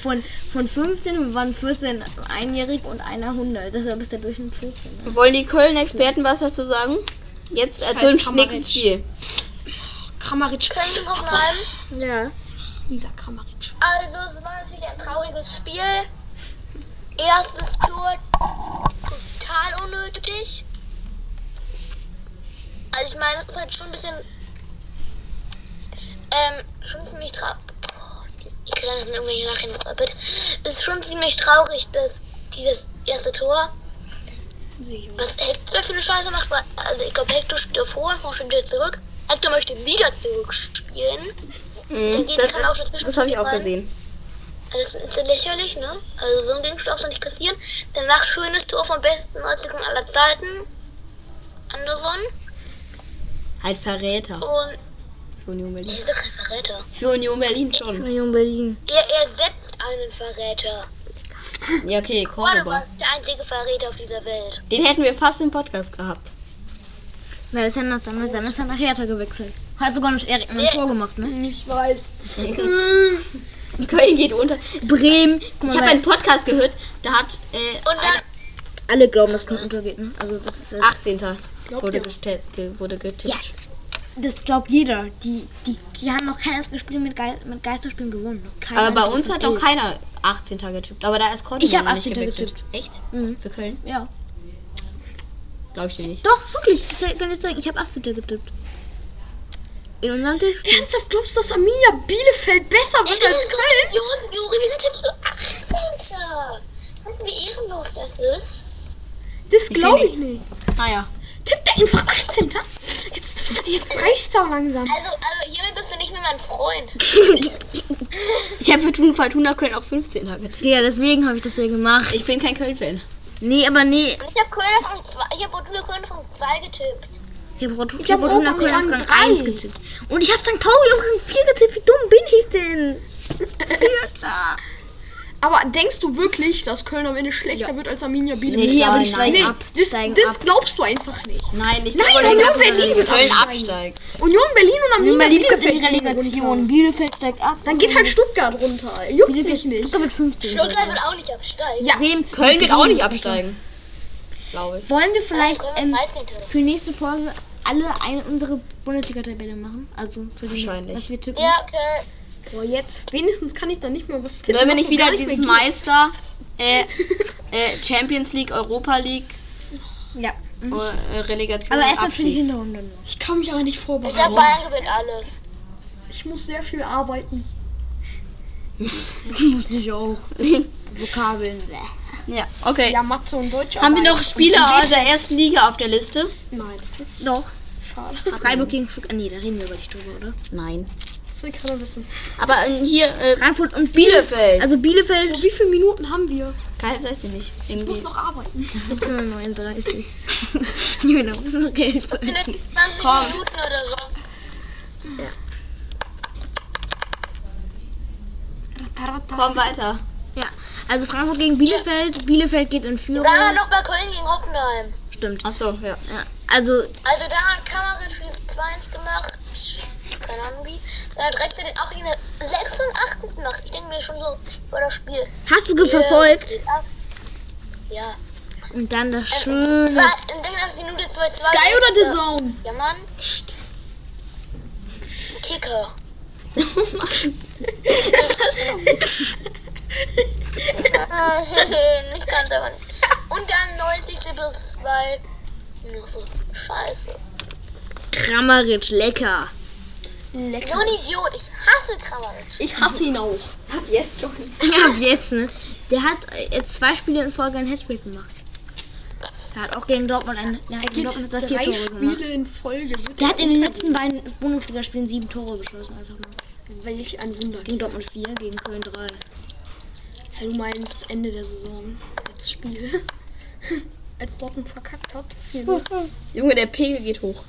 [SPEAKER 4] Von, von 15 waren 14 einjährig und einer 100. Deshalb ist der Durchschnitt 14. Ne?
[SPEAKER 3] Wollen die Köln-Experten was dazu sagen? Jetzt äh,
[SPEAKER 5] Scheiß
[SPEAKER 3] zum
[SPEAKER 5] Kramaric.
[SPEAKER 3] nächsten Spiel.
[SPEAKER 5] Kramaric.
[SPEAKER 2] Können wir bleiben?
[SPEAKER 4] Ja.
[SPEAKER 5] Lisa Kramaric.
[SPEAKER 2] Also, es war natürlich ein trauriges Spiel. Erstes Tor total unnötig. Also, ich meine, es ist halt schon ein bisschen. Ähm, schon ziemlich Oh, traurig. Ich kriege das in irgendwelche Nachrichten auf Reddit. Es ist schon ziemlich traurig, dass dieses erste Tor. Was Hector für eine Scheiße macht, war- also ich glaube, Hector spielt vor, Horn spielt wieder zurück. Hector möchte wieder zurückspielen.
[SPEAKER 3] Mhm,
[SPEAKER 2] geht
[SPEAKER 3] das
[SPEAKER 2] kann auch dazwischen
[SPEAKER 3] das habe ich
[SPEAKER 2] die
[SPEAKER 3] auch
[SPEAKER 2] beiden.
[SPEAKER 3] gesehen.
[SPEAKER 2] Das Also ist ja lächerlich, ne? Also so ein Ding darfst du nicht kassieren. Danach schönes Tor vom besten Neuzugang aller Zeiten. Anderson.
[SPEAKER 3] Ein Halt Verräter
[SPEAKER 2] Und
[SPEAKER 3] für Union
[SPEAKER 2] er
[SPEAKER 3] Berlin.
[SPEAKER 2] ist doch kein Verräter.
[SPEAKER 3] Für Union um Berlin schon.
[SPEAKER 4] Union Berlin.
[SPEAKER 2] Er ersetzt einen Verräter.
[SPEAKER 3] Ja, okay,
[SPEAKER 2] Cordoba
[SPEAKER 3] Cordoba.
[SPEAKER 2] ist der einzige Verräter auf dieser Welt.
[SPEAKER 3] Den hätten wir fast im Podcast gehabt.
[SPEAKER 4] Weil das ist ja nach, dann, dann ist er nach Hertha gewechselt. Hat sogar noch Erik ein Tor gemacht, ne?
[SPEAKER 5] Ich weiß.
[SPEAKER 3] Köln geht unter.
[SPEAKER 4] Bremen. Guck
[SPEAKER 3] Ich
[SPEAKER 4] mal,
[SPEAKER 3] habe
[SPEAKER 4] weil
[SPEAKER 3] einen Podcast gehört, da hat äh,
[SPEAKER 2] Und dann,
[SPEAKER 4] alle glauben, dass Köln untergeht, ne? Also das ist jetzt,
[SPEAKER 3] 18. wurde,
[SPEAKER 5] ihr?
[SPEAKER 3] gestellt, ge- wurde getippt.
[SPEAKER 4] Ja. das glaubt jeder. Die, die, die haben noch kein einziges Spiel mit, Gei- mit Geisterspielen gewonnen. Noch kein
[SPEAKER 3] Aber bei
[SPEAKER 4] einziges
[SPEAKER 3] uns
[SPEAKER 4] von
[SPEAKER 3] hat noch
[SPEAKER 4] elf.
[SPEAKER 3] keiner 18. getippt. Aber da ist Cordoba
[SPEAKER 4] Ich hab
[SPEAKER 3] noch nicht
[SPEAKER 4] 18.
[SPEAKER 3] gewechselt.
[SPEAKER 4] getippt.
[SPEAKER 3] Echt?
[SPEAKER 4] Mhm.
[SPEAKER 3] Für Köln?
[SPEAKER 4] Ja.
[SPEAKER 3] Glaube ich dir nicht.
[SPEAKER 4] Doch, wirklich. Ich zeig- kann ich sagen, ich habe 18. getippt. In unserem Tisch.
[SPEAKER 5] Ernsthaft glaubst du, dass Arminia Bielefeld besser
[SPEAKER 2] ey,
[SPEAKER 5] wird
[SPEAKER 2] du
[SPEAKER 5] als
[SPEAKER 2] bist so
[SPEAKER 5] Köln?
[SPEAKER 2] ein Idiot, Juri, wieso tippst du 18? Weißt du, wie ehrenlos das ist?
[SPEAKER 5] Das
[SPEAKER 3] Ich seh
[SPEAKER 5] glaube ich
[SPEAKER 3] nichts.
[SPEAKER 4] Ah,
[SPEAKER 5] nicht.
[SPEAKER 3] Naja.
[SPEAKER 4] tippt er einfach 18. Jetzt, jetzt reicht's auch langsam.
[SPEAKER 2] Also, also hiermit bist du nicht mehr mein Freund.
[SPEAKER 3] Ich habe für Fortuna Köln auch 15 getippt.
[SPEAKER 4] Ja, deswegen habe ich das ja gemacht.
[SPEAKER 3] Ich bin kein Köln-Fan.
[SPEAKER 4] Nee, aber nee.
[SPEAKER 2] Und ich habe Köln auf Rang 2, ich habe Fortuna Köln auf Rang 2 getippt.
[SPEAKER 4] Ich habe Rot
[SPEAKER 5] hab auch
[SPEAKER 4] Fortuna
[SPEAKER 5] auf
[SPEAKER 4] Köln auf
[SPEAKER 5] Rang
[SPEAKER 4] Rang
[SPEAKER 5] drei.
[SPEAKER 4] 1 getippt. Und ich habe St. Pauli auf Rang 4 getippt. Wie dumm bin ich denn? Vierter.
[SPEAKER 5] Aber denkst du wirklich, dass Köln am Ende schlechter wird als Arminia Bielefeld?
[SPEAKER 4] Nee, aber die
[SPEAKER 3] nein,
[SPEAKER 4] steigen
[SPEAKER 5] Nee,
[SPEAKER 4] ab.
[SPEAKER 5] das,
[SPEAKER 4] steigen
[SPEAKER 5] das
[SPEAKER 4] ab.
[SPEAKER 5] glaubst du einfach nicht.
[SPEAKER 3] Nein, ich
[SPEAKER 5] glaube nicht, dass
[SPEAKER 3] Köln absteigt.
[SPEAKER 5] Union Berlin und Arminia
[SPEAKER 4] Niemand liegt in
[SPEAKER 5] Bielefeld
[SPEAKER 4] die
[SPEAKER 5] gehen runter.
[SPEAKER 4] Relegation. Bielefeld steigt ab.
[SPEAKER 5] Dann geht halt
[SPEAKER 3] Mhm.
[SPEAKER 5] Stuttgart runter. Juckt mich nicht.
[SPEAKER 4] Stuttgart mit 15.
[SPEAKER 2] Stuttgart wird auch nicht absteigen.
[SPEAKER 4] Ja. Bremen,
[SPEAKER 3] Köln wird auch nicht absteigen. Glaube ich.
[SPEAKER 4] Wollen wir
[SPEAKER 2] Nein,
[SPEAKER 4] vielleicht
[SPEAKER 2] Köln
[SPEAKER 4] ähm,
[SPEAKER 2] wird 13.
[SPEAKER 4] für die nächste Folge alle eine unsere Bundesliga-Tabelle machen? Also für die nächste,
[SPEAKER 3] Wahrscheinlich.
[SPEAKER 4] was wir tippen.
[SPEAKER 2] Ja, okay.
[SPEAKER 5] Boah, jetzt. Wenigstens kann ich dann nicht mehr was tippen.
[SPEAKER 3] Sollen wir
[SPEAKER 5] was
[SPEAKER 3] nicht
[SPEAKER 5] mir
[SPEAKER 3] wieder
[SPEAKER 5] gar
[SPEAKER 3] dieses
[SPEAKER 5] mehr geht.
[SPEAKER 3] Meister, äh, äh, Champions League, Europa League,
[SPEAKER 4] Ja.
[SPEAKER 3] äh, Relegation
[SPEAKER 4] Aber
[SPEAKER 3] und
[SPEAKER 4] erstmal für die
[SPEAKER 3] Abstieg?
[SPEAKER 4] Hinterrunde nur.
[SPEAKER 5] Ich kann mich aber nicht
[SPEAKER 2] Ich sag,
[SPEAKER 5] vorbereiten.
[SPEAKER 2] Bayern gewinnt alles.
[SPEAKER 5] Ich muss sehr viel arbeiten.
[SPEAKER 4] Muss ich auch. Vokabeln. bäh.
[SPEAKER 3] Ja, okay.
[SPEAKER 5] Ja, Mathe und Deutsch.
[SPEAKER 3] Haben wir
[SPEAKER 5] aber-
[SPEAKER 3] noch Spieler aus der ersten Liga auf der Liste?
[SPEAKER 5] Nein.
[SPEAKER 4] Doch.
[SPEAKER 5] Schade.
[SPEAKER 4] Freiburg gegen Stuttgart. Ah, nee, da reden wir über nicht drüber, oder?
[SPEAKER 3] Nein.
[SPEAKER 5] Das will keiner wissen.
[SPEAKER 3] Aber ähm, hier, äh,
[SPEAKER 4] Frankfurt und
[SPEAKER 3] Bielefeld.
[SPEAKER 4] Also Bielefeld.
[SPEAKER 5] Oh, wie viele Minuten haben wir?
[SPEAKER 3] Keine, weiß ich nicht.
[SPEAKER 5] Ich muss
[SPEAKER 3] Irgendwie.
[SPEAKER 5] noch arbeiten.
[SPEAKER 4] 39. Juna, muss noch Geld
[SPEAKER 2] In den letzten 20
[SPEAKER 3] Komm.
[SPEAKER 2] Minuten oder so.
[SPEAKER 3] Komm weiter.
[SPEAKER 4] Ja. Also Frankfurt gegen Bielefeld. Bielefeld geht in Führung.
[SPEAKER 2] Da war noch bei Köln gegen Hoffenheim.
[SPEAKER 4] Stimmt.
[SPEAKER 3] Achso, ja.
[SPEAKER 4] Ja. Also
[SPEAKER 2] Also da hat Kamaric dieses 2-1 gemacht. Keine Ahnung wie. Dann hat Drexler den auch in der 86. gemacht. Ich denke mir schon so vor das Spiel.
[SPEAKER 4] hast du
[SPEAKER 2] ja, das
[SPEAKER 4] verfolgt.
[SPEAKER 2] geht ab. Ja.
[SPEAKER 4] Und dann das
[SPEAKER 2] Ähm,
[SPEAKER 4] schöne.
[SPEAKER 2] zwei- in 86 Minute 2-2.
[SPEAKER 5] Sky oder The Zone?
[SPEAKER 2] Ja, Mann. Kicker. Ah, ich kann davon. Und dann 90. plus 2. Nur so. Scheiße.
[SPEAKER 4] Kramaric, lecker.
[SPEAKER 2] So ein Idiot. Ich hasse Kramaric.
[SPEAKER 5] Ich hasse ihn auch.
[SPEAKER 3] Ab jetzt schon.
[SPEAKER 4] Ja, ab jetzt, ne? Der hat äh, jetzt zwei Spiele in Folge ein Hattrick gemacht. Der hat auch gegen Dortmund ein, der hat gegen Dortmund hat er vier
[SPEAKER 5] Drei
[SPEAKER 4] Tore gemacht.
[SPEAKER 5] Spiele in Folge. Wird
[SPEAKER 4] Der hat in den letzten beiden Bundesligaspielen sieben Tore geschossen. Also mal.
[SPEAKER 5] welch ein Wunder.
[SPEAKER 4] Gegen Dortmund vier, gegen Köln drei.
[SPEAKER 5] Ja, Du meinst Ende der Saison. Als Spiel. Als Dortmund verkackt hat. Vier-
[SPEAKER 3] Junge, der Pegel geht hoch.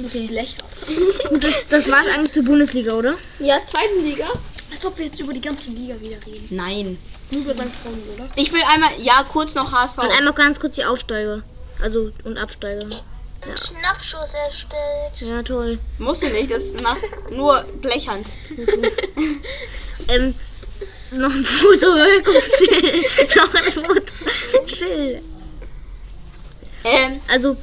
[SPEAKER 5] Das Blech auf.
[SPEAKER 4] Gut, das, das war's eigentlich zur Bundesliga, oder?
[SPEAKER 3] Ja, zweiten Liga?
[SPEAKER 5] Als ob wir jetzt über die ganze Liga wieder reden.
[SPEAKER 3] Nein.
[SPEAKER 5] Nur über St. Pauli, oder?
[SPEAKER 3] Ich will einmal, ja, kurz noch HSV.
[SPEAKER 4] Und einmal ganz kurz die Aufsteiger. Also und Absteiger.
[SPEAKER 2] Einen Schnappschuss erstellt.
[SPEAKER 4] Ja, toll.
[SPEAKER 3] Musst du nicht, das macht nur Blechhand.
[SPEAKER 4] Ähm, noch ein Foto, komm, chill. noch ein Foto. Chill.
[SPEAKER 3] Ähm,
[SPEAKER 4] Also,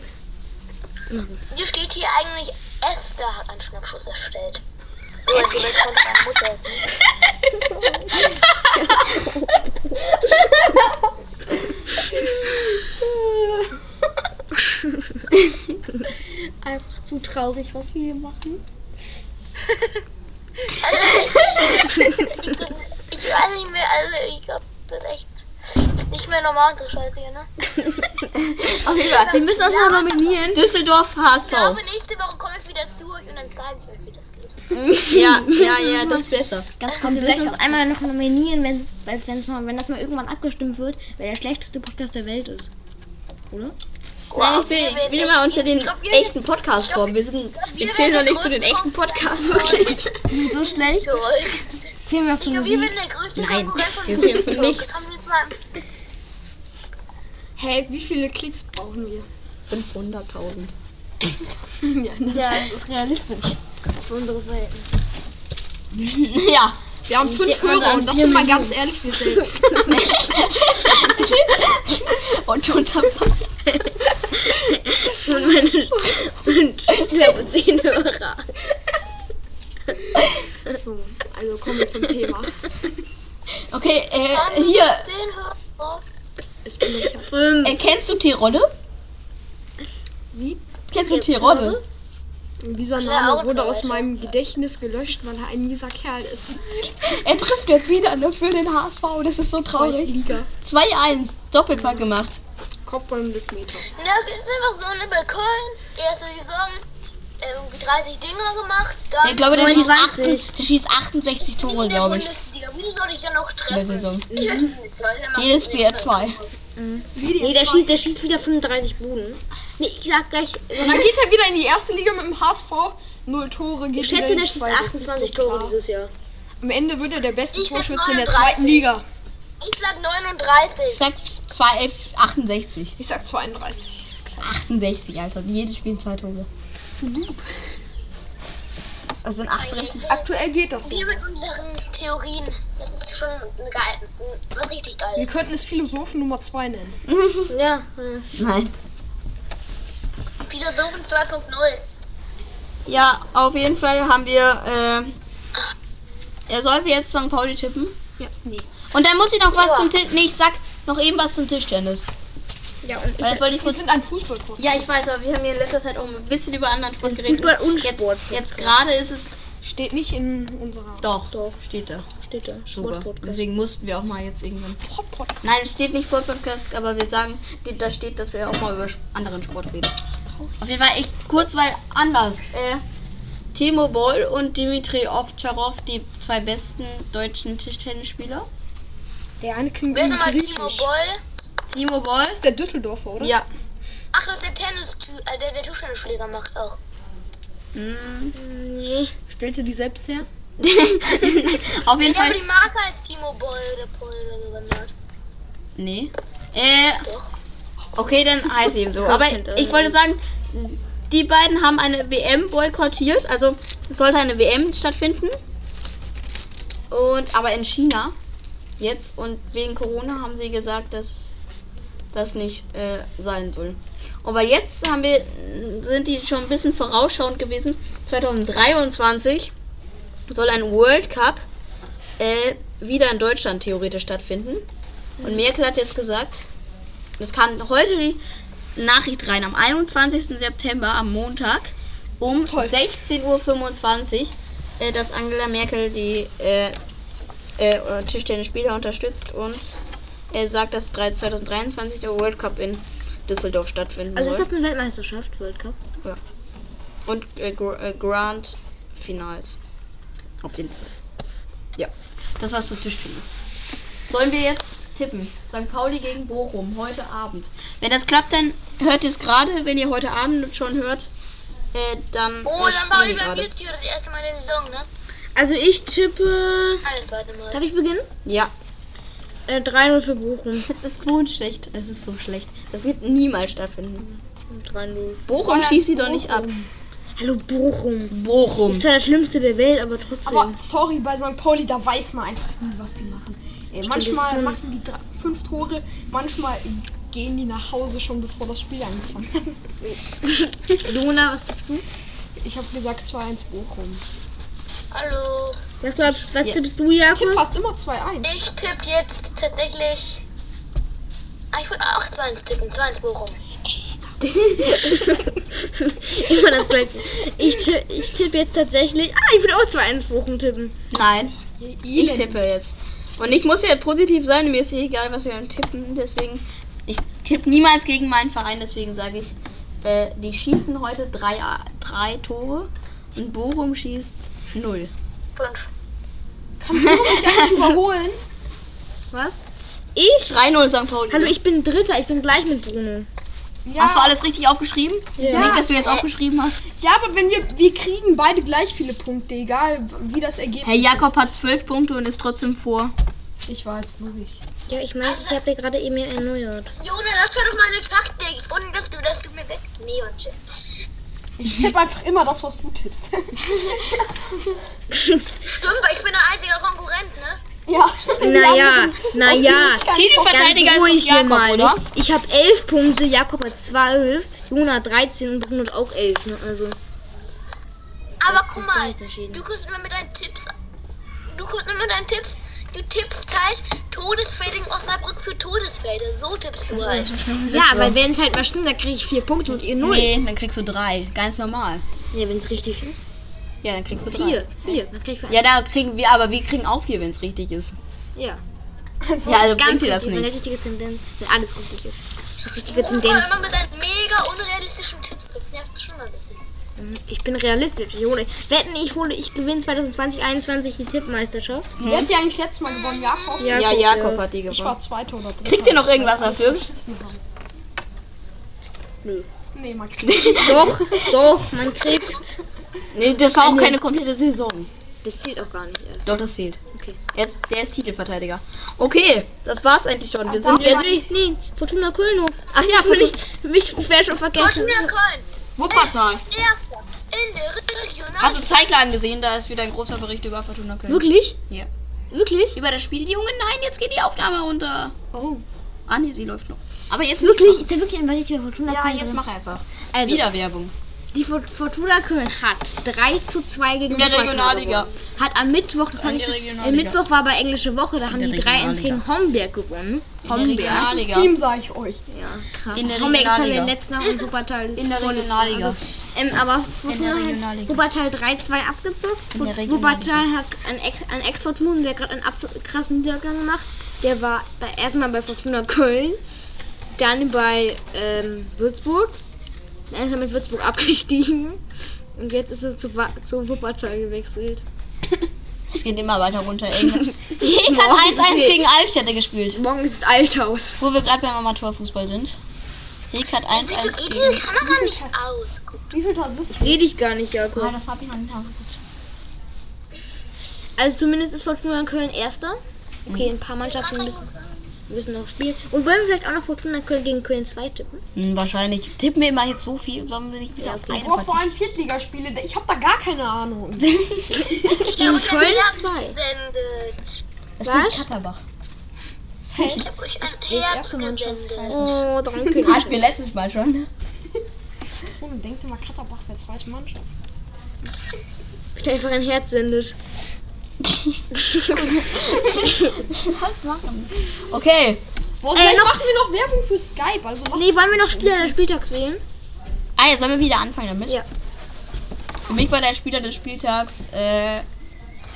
[SPEAKER 2] Hier steht hier eigentlich, Esther hat einen Schnappschuss erstellt. So, also das kommt meine Mutter. jetzt nicht.
[SPEAKER 5] Einfach zu traurig, was wir hier machen.
[SPEAKER 2] Also, Ich, das, ich weiß nicht mehr, also ich glaube, das ist echt nicht mehr normal, unsere Scheiße hier, ne?
[SPEAKER 3] auf jeden Fall.
[SPEAKER 4] wir müssen uns noch nominieren.
[SPEAKER 3] Düsseldorf, HSV.
[SPEAKER 2] Ich glaube, nächste Woche komme ich wieder zu euch und dann zeige ich euch, wie das geht.
[SPEAKER 3] Ja, ja, ja, das ist besser.
[SPEAKER 4] Ganz kurz, wir müssen uns einmal noch nominieren, wenn's, als wenn's mal, wenn das mal irgendwann abgestimmt wird, wer der schlechteste Podcast der Welt ist. Oder?
[SPEAKER 3] Nein, ich will, ich will immer unter den echten Podcast kommen. Wir, sind, wir zählen noch nicht zu den echten Podcasts.
[SPEAKER 4] So schnell?
[SPEAKER 2] Zurück.
[SPEAKER 4] Zählen wir
[SPEAKER 2] Ich
[SPEAKER 4] zu
[SPEAKER 2] glaube, wir
[SPEAKER 4] Musik.
[SPEAKER 2] werden der größte
[SPEAKER 3] Nein,
[SPEAKER 2] Konkurrent von
[SPEAKER 3] wir sind jetzt
[SPEAKER 2] TikTok.
[SPEAKER 3] nichts.
[SPEAKER 2] Das haben wir jetzt mal.
[SPEAKER 5] Hey, wie viele Klicks brauchen wir?
[SPEAKER 3] 500.000.
[SPEAKER 4] Ja, das ist realistisch. Für unsere Verhältnisse.
[SPEAKER 3] Ja.
[SPEAKER 5] Wir haben fünf
[SPEAKER 4] denke mal so
[SPEAKER 5] Hörer
[SPEAKER 4] an
[SPEAKER 5] und das
[SPEAKER 4] vier
[SPEAKER 5] sind mal ganz ehrlich wir selbst.
[SPEAKER 3] Und unter
[SPEAKER 4] Und meine, und ich glaube, zehn Hörer.
[SPEAKER 5] so, also kommen wir zum Thema.
[SPEAKER 3] Okay, äh,
[SPEAKER 2] Haben
[SPEAKER 3] hier.
[SPEAKER 2] wir 10 Hörer?
[SPEAKER 5] Es bin ich halt.
[SPEAKER 4] Fünf.
[SPEAKER 3] Äh, kennst du Tirolle?
[SPEAKER 5] Wie?
[SPEAKER 3] Kennst du Tirolle?
[SPEAKER 5] Dieser
[SPEAKER 2] Klar,
[SPEAKER 5] Name
[SPEAKER 2] auch
[SPEAKER 5] wurde
[SPEAKER 2] Leute.
[SPEAKER 5] aus meinem Gedächtnis gelöscht, weil er ein mieser Kerl ist.
[SPEAKER 3] Er trifft jetzt wieder nur für den HSV. Das ist so traurig.
[SPEAKER 5] Liga.
[SPEAKER 3] 2-1. Doppelpack gemacht.
[SPEAKER 5] Kopf beim Lückmeter.
[SPEAKER 2] Na, gibt's einfach so eine bei Köln. Der ist sowieso ähm, irgendwie 30 Dinger gemacht. Dann
[SPEAKER 3] Ich glaube, der schießt,
[SPEAKER 4] 29.
[SPEAKER 3] 8, der schießt 68
[SPEAKER 2] nicht
[SPEAKER 3] Tore,
[SPEAKER 2] in der
[SPEAKER 3] glaube ich.
[SPEAKER 2] Bundesliga. Wieso soll ich dann auch
[SPEAKER 3] In der Saison.
[SPEAKER 2] treffen? Ich hätte ihn jetzt weil der macht
[SPEAKER 3] Jedes mhm. Spiel
[SPEAKER 2] mir-
[SPEAKER 3] hat zwei.
[SPEAKER 4] Nee, der schießt, der schießt wieder 35 Buden. Nee, ich sag gleich,
[SPEAKER 5] Und dann geht er wieder in die erste Liga mit dem HSV. Null Tore. Geht
[SPEAKER 4] ich
[SPEAKER 5] wieder
[SPEAKER 4] schätze,
[SPEAKER 5] in
[SPEAKER 4] der
[SPEAKER 5] die
[SPEAKER 4] schießt
[SPEAKER 5] zweite, das ist
[SPEAKER 4] 28
[SPEAKER 5] so
[SPEAKER 4] Tore
[SPEAKER 5] klar.
[SPEAKER 4] dieses Jahr.
[SPEAKER 5] Am Ende wird er der beste
[SPEAKER 2] Ich sag
[SPEAKER 5] Torschütze in der
[SPEAKER 2] 39.
[SPEAKER 5] zweiten Liga.
[SPEAKER 2] Ich sag 39.
[SPEAKER 3] Zack, 2, 11, 68.
[SPEAKER 5] Ich sag 32.
[SPEAKER 3] 68, Alter. Jedes Spiel zwei Tore. Mhm. Das sind 68.
[SPEAKER 5] Aktuell geht das. so.
[SPEAKER 2] Wir mit unseren Theorien. Das ist schon eine geil, Hm, was richtig geil.
[SPEAKER 5] Wir könnten es Philosophen Nummer 2 nennen.
[SPEAKER 4] Ja,
[SPEAKER 3] Nein.
[SPEAKER 2] Philosophen 2.0.
[SPEAKER 3] Ja, auf jeden Fall haben wir. Äh, er soll wir jetzt St. Pauli tippen.
[SPEAKER 5] Ja, nee.
[SPEAKER 3] Und dann muss ich noch was
[SPEAKER 2] Ja.
[SPEAKER 3] zum Tisch. Nee, ich sag noch eben was zum Tischtennis.
[SPEAKER 5] Ja, und
[SPEAKER 3] Weil das wollte ich
[SPEAKER 5] wir
[SPEAKER 3] kurz.
[SPEAKER 5] sind ein Fußballkurs.
[SPEAKER 3] Ja, ich weiß, aber wir haben hier in letzter Zeit auch ein bisschen über anderen Sport geredet.
[SPEAKER 4] Fußball und
[SPEAKER 3] jetzt,
[SPEAKER 4] Sport.
[SPEAKER 3] Jetzt gerade ist es.
[SPEAKER 5] Steht nicht in unserer
[SPEAKER 3] Doch,
[SPEAKER 4] Doch.
[SPEAKER 3] steht da.
[SPEAKER 4] Steht da.
[SPEAKER 3] Super.
[SPEAKER 4] Sportpodcast.
[SPEAKER 3] Deswegen mussten wir auch mal jetzt irgendwann.
[SPEAKER 5] Pop-Podcast.
[SPEAKER 3] Nein, es steht nicht Sportpodcast, aber wir sagen, die- da steht, dass wir auch mal über anderen Sport reden. Auf jeden Fall echt kurz, weil anders. Äh, Timo Boll und Dimitri Ovtcharov, die zwei besten deutschen Tischtennisspieler.
[SPEAKER 5] Der eine
[SPEAKER 3] Hm,
[SPEAKER 5] klingt
[SPEAKER 2] Wer ist nochmal
[SPEAKER 5] griechisch.
[SPEAKER 2] Timo Boll?
[SPEAKER 3] Timo Boll,
[SPEAKER 5] Ist der Düsseldorfer, oder?
[SPEAKER 3] ja.
[SPEAKER 2] Ach, das ist der Tennis-Typ, äh, der, der Tischtennisschläger macht auch.
[SPEAKER 3] Hm.
[SPEAKER 4] Nee.
[SPEAKER 5] Stellt ihr die selbst her?
[SPEAKER 3] Auf jeden
[SPEAKER 2] Ich
[SPEAKER 3] Fall.
[SPEAKER 2] habe die Marke als Timo Boll oder Paul oder so genannt.
[SPEAKER 3] Nee. Äh,
[SPEAKER 2] Doch.
[SPEAKER 3] okay, dann heißt eben so. Aber ich wollte sagen, die beiden haben eine WM boykottiert. Also es sollte eine WM stattfinden. Und aber in China jetzt und wegen Corona haben sie gesagt, dass das nicht äh, sein soll. Aber jetzt haben wir, sind die schon ein bisschen vorausschauend gewesen. 2023 soll ein World Cup äh, wieder in Deutschland theoretisch stattfinden.
[SPEAKER 4] Mhm.
[SPEAKER 3] Und Merkel hat jetzt gesagt, es kam heute die Nachricht rein, am 21. September, am Montag, um 16.25 Uhr, äh, dass Angela Merkel die äh, äh, äh, Tischtennisspieler unterstützt und äh, sagt, dass drei- 2023 der World Cup in Düsseldorf stattfinden
[SPEAKER 4] Also ist
[SPEAKER 3] soll.
[SPEAKER 4] das eine Weltmeisterschaft, World Cup?
[SPEAKER 3] Und äh, Gr- äh, Grand Finals. Auf jeden Fall. Ja, das war's zum Tischtennis. Sollen wir jetzt tippen? St. Pauli gegen Bochum heute Abend. Wenn das klappt, dann hört ihr es gerade. Wenn ihr heute Abend schon hört, äh, dann.
[SPEAKER 2] Oh,
[SPEAKER 3] äh,
[SPEAKER 2] dann war
[SPEAKER 3] spielen die
[SPEAKER 2] über
[SPEAKER 3] gerade.
[SPEAKER 2] Beauty oder das erste Mal der Saison, ne?
[SPEAKER 4] Also ich tippe.
[SPEAKER 2] Alles warte mal.
[SPEAKER 4] Darf ich beginnen?
[SPEAKER 3] Ja,
[SPEAKER 4] Äh, 3-0 für Bochum.
[SPEAKER 3] es ist so schlecht. Es ist so schlecht. Das wird niemals stattfinden.
[SPEAKER 4] 3-0.
[SPEAKER 3] Bochum schießt sie doch nicht ab.
[SPEAKER 4] Hallo Bochum.
[SPEAKER 3] Bochum.
[SPEAKER 4] Ist zwar das Schlimmste der Welt, aber trotzdem.
[SPEAKER 5] Aber sorry, bei St. Pauli, da weiß man einfach nie, was die machen. Äh,
[SPEAKER 4] das ist
[SPEAKER 5] manchmal
[SPEAKER 4] so-
[SPEAKER 5] machen die drei, fünf Tore, manchmal gehen die nach Hause schon bevor das Spiel angefangen hat.
[SPEAKER 4] Luna, was tippst du?
[SPEAKER 5] Ich habe gesagt 2-1 Bochum.
[SPEAKER 2] Hallo.
[SPEAKER 4] Was, glaubst, was tippst du, Jakob?
[SPEAKER 5] Tipp fast immer 2-1.
[SPEAKER 2] Ich tippe jetzt tatsächlich. Ah, ich würde auch 20 tippen. 20 Bochum.
[SPEAKER 4] Immer das gleiche. Ich tippe ich tipp jetzt tatsächlich. Ah, ich würde auch 2-1 Bochum tippen.
[SPEAKER 3] Nein, ich
[SPEAKER 5] Elend.
[SPEAKER 3] tippe jetzt. Und ich muss ja positiv sein, mir ist ja egal, was wir dann tippen. Deswegen, ich tippe niemals gegen meinen Verein, deswegen sage ich, äh, die schießen heute drei, drei Tore und Bochum schießt null.
[SPEAKER 2] 5.
[SPEAKER 5] Kannst du überholen?
[SPEAKER 4] Ich?
[SPEAKER 3] 3-0 St. Pauli.
[SPEAKER 4] Hallo, ich bin Dritter. Ich bin gleich mit Bruno.
[SPEAKER 3] Hast du alles richtig aufgeschrieben?
[SPEAKER 4] Ja.
[SPEAKER 3] Nicht, dass du jetzt aufgeschrieben hast.
[SPEAKER 5] Ja, aber wenn wir, wir kriegen beide gleich viele Punkte, egal wie das Ergebnis
[SPEAKER 3] Herr Jakob hat zwölf Punkte und ist trotzdem vor.
[SPEAKER 5] ist. Ich weiß, logisch.
[SPEAKER 4] Ja, ich meine, ich habe dir gerade eben hier erneuert.
[SPEAKER 2] Jona, das war doch meine Taktik. Und dass du, dass du mir weg. Nee, warte.
[SPEAKER 5] Ich tippe einfach immer das, was du tippst.
[SPEAKER 2] Stimmt, weil ich bin der einzige Konkurrent, ne?
[SPEAKER 5] ja.
[SPEAKER 4] naja, naja.
[SPEAKER 3] Titelverteidiger
[SPEAKER 4] Ganz ruhig
[SPEAKER 3] ist
[SPEAKER 4] hier
[SPEAKER 3] Jakob,
[SPEAKER 4] mal.
[SPEAKER 3] oder?
[SPEAKER 4] Ich habe 11 Punkte, Jakob hat 12, Jona 13 und Bruno hat auch 11. Ne? Also,
[SPEAKER 2] Aber
[SPEAKER 4] Das
[SPEAKER 2] guck
[SPEAKER 4] ist
[SPEAKER 2] mal,
[SPEAKER 4] Unterschiede.
[SPEAKER 2] du guckst immer mit deinen Tipps. Du guckst immer mit deinen Tipps. Du tippst halt Todesfeld in Osnabrück für Todesfelder. So tippst du halt.
[SPEAKER 4] ja, weil wenn es halt mal stimmt, dann kriege ich 4 Punkte und ihr 0.
[SPEAKER 3] Nee, dann kriegst du drei. Ganz normal.
[SPEAKER 4] Ja, wenn es richtig ist.
[SPEAKER 3] Ja, dann kriegst du drei.
[SPEAKER 4] 4, 4. Dann krieg ich für
[SPEAKER 3] Ja, da kriegen wir, aber wir kriegen auch vier, wenn es richtig ist.
[SPEAKER 4] ja.
[SPEAKER 3] Ja, also bringt
[SPEAKER 4] ganz
[SPEAKER 3] dir
[SPEAKER 4] richtig,
[SPEAKER 3] das
[SPEAKER 4] wenn die
[SPEAKER 3] nicht.
[SPEAKER 4] richtige Tendenz, wenn alles richtig ist. Richtig jetzt in
[SPEAKER 2] Aber
[SPEAKER 4] Games.
[SPEAKER 2] immer mit deinen mega unrealistischen Tipps, das nervt schon mal ein bisschen.
[SPEAKER 4] Ich bin realistisch. Ich hole. Wetten, ich hole, ich gewinne 2020, 21 die Tippmeisterschaft.
[SPEAKER 6] Wer hat die eigentlich letztes Mal gewonnen? Jakob?
[SPEAKER 3] Ja,
[SPEAKER 4] Jakob, äh,
[SPEAKER 3] Jakob hat die
[SPEAKER 6] Ich
[SPEAKER 3] gewonnen.
[SPEAKER 6] war Zweiter oder Dritter.
[SPEAKER 3] Kriegt ihr noch irgendwas dafür?
[SPEAKER 6] Nee, man kriegt
[SPEAKER 4] Doch, doch, man kriegt.
[SPEAKER 3] Nee, das war auch keine komplette Saison.
[SPEAKER 4] Das zählt auch gar nicht erst.
[SPEAKER 3] Doch, das zählt.
[SPEAKER 4] Okay.
[SPEAKER 3] Er ist, der ist Titelverteidiger. Okay, das war's eigentlich schon. Wir sind jetzt.
[SPEAKER 4] Nee, nee, Fortuna Köln noch. Ach ja, völlig. Mich wäre schon vergessen.
[SPEAKER 2] Fortuna Köln
[SPEAKER 3] Wuppertal.
[SPEAKER 2] ist Erster in der Regional.
[SPEAKER 4] Also,
[SPEAKER 3] Hast du Zeigler angesehen? Da ist wieder ein großer Bericht über Fortuna Köln.
[SPEAKER 4] Wirklich?
[SPEAKER 3] Ja.
[SPEAKER 4] Wirklich?
[SPEAKER 3] Über das Spiel. Junge, nein, jetzt geht die Aufnahme runter.
[SPEAKER 4] Oh.
[SPEAKER 3] Ah, nee, sie läuft noch. Aber jetzt.
[SPEAKER 4] Wirklich? Ist da wirklich ein Bericht über Fortuna
[SPEAKER 3] Ja,
[SPEAKER 4] Köln?
[SPEAKER 3] jetzt
[SPEAKER 4] drin?
[SPEAKER 3] mach einfach.
[SPEAKER 4] Also,
[SPEAKER 3] Wieder Werbung.
[SPEAKER 4] Die Fort- Fortuna Köln hat 3 zu 2 gegen
[SPEAKER 3] In der
[SPEAKER 4] Wuppertal
[SPEAKER 3] Regionalliga.
[SPEAKER 4] gewonnen. Hat am Mittwoch, das
[SPEAKER 3] In
[SPEAKER 4] habe ich.
[SPEAKER 3] der
[SPEAKER 4] Am
[SPEAKER 3] Regionalliga.
[SPEAKER 4] Mittwoch war bei Englische Woche, da haben
[SPEAKER 3] der
[SPEAKER 4] die 3-1 gegen Homberg gewonnen. Homberg.
[SPEAKER 3] Regionalliga.
[SPEAKER 6] Team, sag ich euch.
[SPEAKER 4] Ja, krass.
[SPEAKER 3] In der
[SPEAKER 4] Homberg ist dann
[SPEAKER 3] Regionalliga.
[SPEAKER 4] in letzter und Wuppertal ist
[SPEAKER 3] In der
[SPEAKER 4] vorletzter.
[SPEAKER 3] Regionalliga.
[SPEAKER 4] Also, ähm, aber Fortuna hat
[SPEAKER 3] Regionalliga.
[SPEAKER 4] Wuppertal 3-2 abgezockt.
[SPEAKER 3] In der
[SPEAKER 4] Fu-
[SPEAKER 3] Regionalliga.
[SPEAKER 4] Wuppertal hat einen Ex- einen Ex-Fortuna, der gerade einen absolut krassen Niedergang gemacht. Der war bei, erstmal bei Fortuna Köln, dann bei ähm, Würzburg. Dann ist er mit Würzburg abgestiegen. Und jetzt ist er zu, Wa- zu Wuppertal gewechselt.
[SPEAKER 3] Es geht immer weiter runter. Irgendwann Irgendwann
[SPEAKER 4] Morgen
[SPEAKER 3] hat
[SPEAKER 4] ist es
[SPEAKER 3] 1-1
[SPEAKER 4] hier.
[SPEAKER 3] gegen Altstädte gespielt.
[SPEAKER 4] Morgen ist es Althaus.
[SPEAKER 3] Wo wir gerade beim Amateurfußball sind. Heg hat
[SPEAKER 2] Wieso
[SPEAKER 3] 1-1
[SPEAKER 2] geht
[SPEAKER 3] gegen...
[SPEAKER 2] diese Kamera nicht aus? Guck,
[SPEAKER 6] Wie viel das ist?
[SPEAKER 4] Ich sehe dich gar nicht,
[SPEAKER 3] Ah,
[SPEAKER 4] Jakob.
[SPEAKER 3] das hab ich noch nicht angeguckt.
[SPEAKER 4] Also zumindest ist Fortuna Köln erster. Okay, ein paar Mannschaften müssen. müssen noch spielen. Und wollen wir vielleicht auch noch Fortuna Köln gegen Köln 2 tippen?
[SPEAKER 3] Hm, wahrscheinlich. Tippen wir mal jetzt so viel, sollen wir nicht wieder
[SPEAKER 4] Ja,
[SPEAKER 3] auf
[SPEAKER 4] okay.
[SPEAKER 3] eine
[SPEAKER 6] Boah, vor
[SPEAKER 3] Partie.
[SPEAKER 6] allem Viertligaspiele. Ich hab da gar keine Ahnung.
[SPEAKER 2] Ich glaube, ich habe
[SPEAKER 4] Köln
[SPEAKER 2] Herbst
[SPEAKER 4] zwei.
[SPEAKER 2] gesendet.
[SPEAKER 4] Was?
[SPEAKER 2] Ich habe euch ein Herbst gesendet.
[SPEAKER 4] Oh, danke.
[SPEAKER 3] Ah, ich bin letztes Mal schon.
[SPEAKER 6] Oh, man denkt immer, Katterbach wäre zweite Mannschaft.
[SPEAKER 4] Ich einfach ein Herz sendet.
[SPEAKER 3] Okay.
[SPEAKER 6] Boah,
[SPEAKER 4] Äh,
[SPEAKER 6] vielleicht
[SPEAKER 4] noch-
[SPEAKER 6] machen wir noch Werbung für Skype. Also was?
[SPEAKER 4] Nee, wollen wir noch Spieler des Spieltags wählen?
[SPEAKER 3] Ah, jetzt sollen wir wieder anfangen damit?
[SPEAKER 4] Ja.
[SPEAKER 3] Für mich war der Spieler des Spieltags, äh,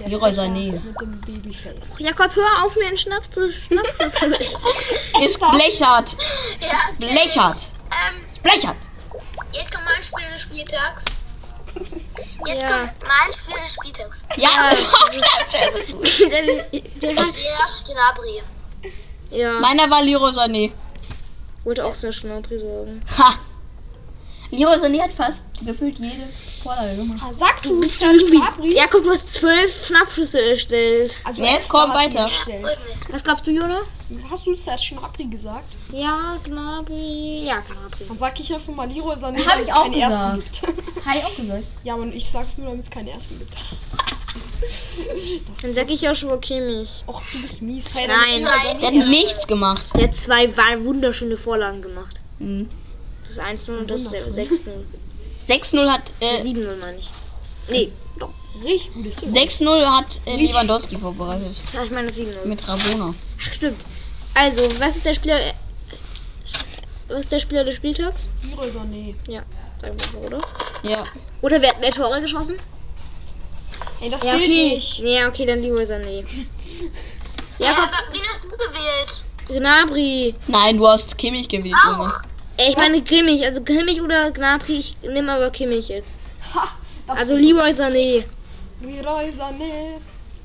[SPEAKER 3] Leroy Sané.
[SPEAKER 6] Mit dem Babyface.
[SPEAKER 4] Och, Jakob, hör auf, mir einen Schnaps zu schnapsen.
[SPEAKER 3] Ist blechert.
[SPEAKER 2] Ja,
[SPEAKER 3] Blechert.
[SPEAKER 2] ähm,
[SPEAKER 3] Ist blechert.
[SPEAKER 2] jetzt kommt mein Spiel des Spieltags. Jetzt
[SPEAKER 4] Ja.
[SPEAKER 2] kommt mein Spiel des Spieltags.
[SPEAKER 3] Ja. Scheiße.
[SPEAKER 4] der, der hat,
[SPEAKER 2] Der Schnabri.
[SPEAKER 4] ja,
[SPEAKER 3] Meiner war Leroy Sané.
[SPEAKER 4] wollte auch so eine Schnappri sorgen.
[SPEAKER 3] Ha. Leroy Sané hat fast gefühlt jede Vorlage gemacht.
[SPEAKER 6] Ah, Sagst du,
[SPEAKER 4] Bist du
[SPEAKER 6] Herr
[SPEAKER 4] irgendwie...
[SPEAKER 6] Schnabri?
[SPEAKER 4] Jakob, du hast zwölf Schnappschüsse erstellt.
[SPEAKER 6] Also
[SPEAKER 3] Ja, es
[SPEAKER 6] extra
[SPEAKER 3] kommt
[SPEAKER 6] hat die
[SPEAKER 3] weiter.
[SPEAKER 6] gestellt.
[SPEAKER 2] Und mich.
[SPEAKER 4] Was glaubst du, Jona?
[SPEAKER 6] Hast du Serge Schnabri gesagt?
[SPEAKER 4] Ja, Gnabry. Ja, Gnabry.
[SPEAKER 6] Dann sag ich einfach mal Leroy Sané,
[SPEAKER 3] Hab
[SPEAKER 6] damit
[SPEAKER 3] ich
[SPEAKER 6] es
[SPEAKER 3] auch
[SPEAKER 6] keinen ersten gibt.
[SPEAKER 3] Habe ich auch gesagt.
[SPEAKER 6] ja, und ich sag's nur, damit es keinen ersten gibt.
[SPEAKER 4] Dann sag ich Joshua Kimmich.
[SPEAKER 6] Och, du bist mies. Hey,
[SPEAKER 4] Nein.
[SPEAKER 3] Der hat nichts gemacht.
[SPEAKER 4] Der hat zwei wa- wunderschöne Vorlagen gemacht.
[SPEAKER 3] Mhm.
[SPEAKER 4] Das 1-0 und das 6-0.
[SPEAKER 3] 6-0 hat, äh,
[SPEAKER 4] 7-0 meine ich. Nee,
[SPEAKER 6] Richtig gutes
[SPEAKER 3] 6-0 hat äh, Lewandowski vorbereitet.
[SPEAKER 4] ja, ich meine das 7-0.
[SPEAKER 3] Mit Rabona.
[SPEAKER 4] Ach, stimmt. Also, was ist der Spieler. äh, Was ist der Spieler des Spieltags?
[SPEAKER 6] Leroy Sané.
[SPEAKER 4] Ja, sagen wir mal, oder?
[SPEAKER 3] Ja.
[SPEAKER 4] Oder wer hat mehr Tore geschossen?
[SPEAKER 6] Ey, das
[SPEAKER 4] Ja,
[SPEAKER 6] gilt
[SPEAKER 4] okay.
[SPEAKER 6] nicht.
[SPEAKER 4] Ja, okay, dann Leroy Sané.
[SPEAKER 2] Ja, aber wen hast du gewählt?
[SPEAKER 4] Gnabry.
[SPEAKER 3] Nein, du hast Kimmich gewählt, Junge.
[SPEAKER 2] Auch.
[SPEAKER 4] Äh, ich meine Kimmich. Also Kimmich oder Gnabry. Ich nehme aber Kimmich jetzt.
[SPEAKER 6] Ha, das
[SPEAKER 4] Also
[SPEAKER 6] gilt
[SPEAKER 4] Leroy Sané.
[SPEAKER 6] nicht. Leroy Sané. ne?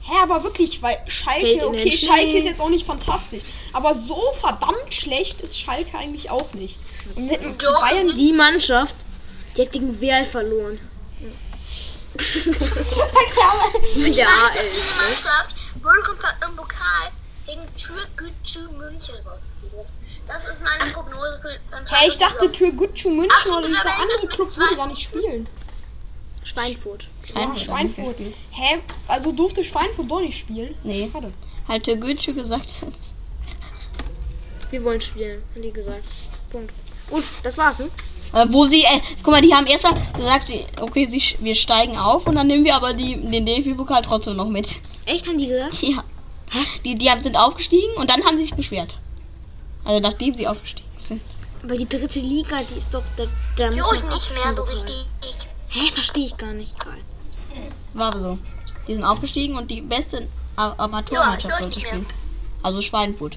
[SPEAKER 6] Hä, aber wirklich, weil
[SPEAKER 4] Fällt
[SPEAKER 6] Schalke,
[SPEAKER 4] in den
[SPEAKER 6] okay,
[SPEAKER 4] Schnee.
[SPEAKER 6] Schalke ist jetzt auch nicht fantastisch. Aber so verdammt schlecht ist Schalke eigentlich auch nicht. Und mit dem
[SPEAKER 2] Doch.
[SPEAKER 6] Bayern
[SPEAKER 4] Die Mannschaft, die hat gegen Werl verloren. Mit der
[SPEAKER 2] Mannschaft,
[SPEAKER 4] AL.
[SPEAKER 2] die Mannschaft wurde kompa- im Pokal gegen Türkgücü München rausgeflogen. Das- Das ist meine Prognose für beim
[SPEAKER 6] Hä, ich dachte Türgücü München
[SPEAKER 2] Also Ach,
[SPEAKER 6] oder dieser
[SPEAKER 2] aber
[SPEAKER 6] andere
[SPEAKER 2] mit
[SPEAKER 6] Club
[SPEAKER 2] zwei-
[SPEAKER 6] würde gar nicht spielen.
[SPEAKER 4] Schweinfurt.
[SPEAKER 6] Ja, Schweinfurt. Hä, also durfte Schweinfurt doch nicht spielen?
[SPEAKER 3] Nee.
[SPEAKER 6] Schade.
[SPEAKER 3] Halt der Gütsche gesagt hat.
[SPEAKER 4] Wir wollen spielen, wie gesagt. Punkt. Gut, das war's, ne?
[SPEAKER 3] Äh, wo sie, äh, guck mal, die haben erstmal gesagt, okay, sie, sch- wir steigen auf und dann nehmen wir aber die, den DFB-Pokal trotzdem noch mit.
[SPEAKER 4] Echt, haben die gesagt?
[SPEAKER 3] Ja. Die, die haben, sind aufgestiegen und dann haben sie sich beschwert. Also nachdem sie aufgestiegen sind.
[SPEAKER 4] Aber die dritte Liga, die ist doch. Da, da muss
[SPEAKER 2] Für euch
[SPEAKER 4] man
[SPEAKER 2] nicht mehr so
[SPEAKER 4] aufpassen.
[SPEAKER 2] richtig.
[SPEAKER 4] Hä, verstehe ich gar nicht. Egal.
[SPEAKER 3] War so. Die sind aufgestiegen und die beste A-
[SPEAKER 2] Ja, ich
[SPEAKER 3] Amateurmannschaft
[SPEAKER 2] weiß
[SPEAKER 3] sollte
[SPEAKER 2] nicht
[SPEAKER 3] spielen. Also Schweinfurt.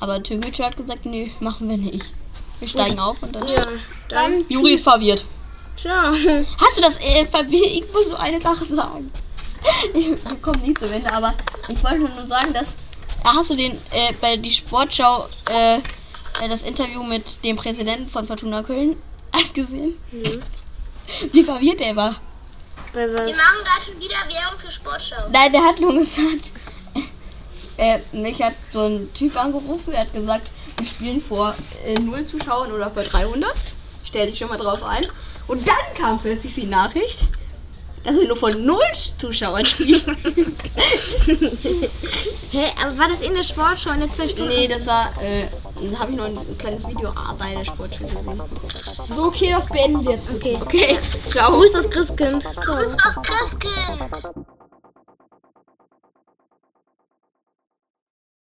[SPEAKER 3] Aber Türgücü hat gesagt, nee, machen wir nicht. Wir steigen auf und dann.
[SPEAKER 4] Ja, dann.
[SPEAKER 3] Juri ist verwirrt.
[SPEAKER 4] Ciao.
[SPEAKER 3] Hast du das äh, verwirrt? Ich muss nur eine Sache sagen. Ich, wir kommen nie zu Ende, aber ich wollte nur sagen, dass. Ah, hast du den äh, bei die Sportschau äh, äh, das Interview mit dem Präsidenten von Fortuna Köln angesehen? Wie verwirrt er war.
[SPEAKER 4] Bei
[SPEAKER 2] Wir
[SPEAKER 4] was?
[SPEAKER 2] machen gerade schon wieder Werbung für Sportschau.
[SPEAKER 3] Nein, der hat nur gesagt. Äh, mich hat so ein Typ angerufen, der hat gesagt, wir spielen vor äh, 0 Zuschauern oder vor 300. Stell dich schon mal drauf ein. Und dann kam plötzlich die Nachricht, dass wir nur vor 0 Zuschauern spielen.
[SPEAKER 4] Hä, aber war das in der Sportschau in der zwei Stunden?
[SPEAKER 3] nee, das war, äh, da habe ich noch ein kleines Video ah, bei der Sportschule gesehen.
[SPEAKER 6] So, okay, das beenden wir jetzt.
[SPEAKER 4] Okay.
[SPEAKER 3] Okay, ciao.
[SPEAKER 4] Grüß das Christkind. Ciao.
[SPEAKER 2] Grüß das Christkind!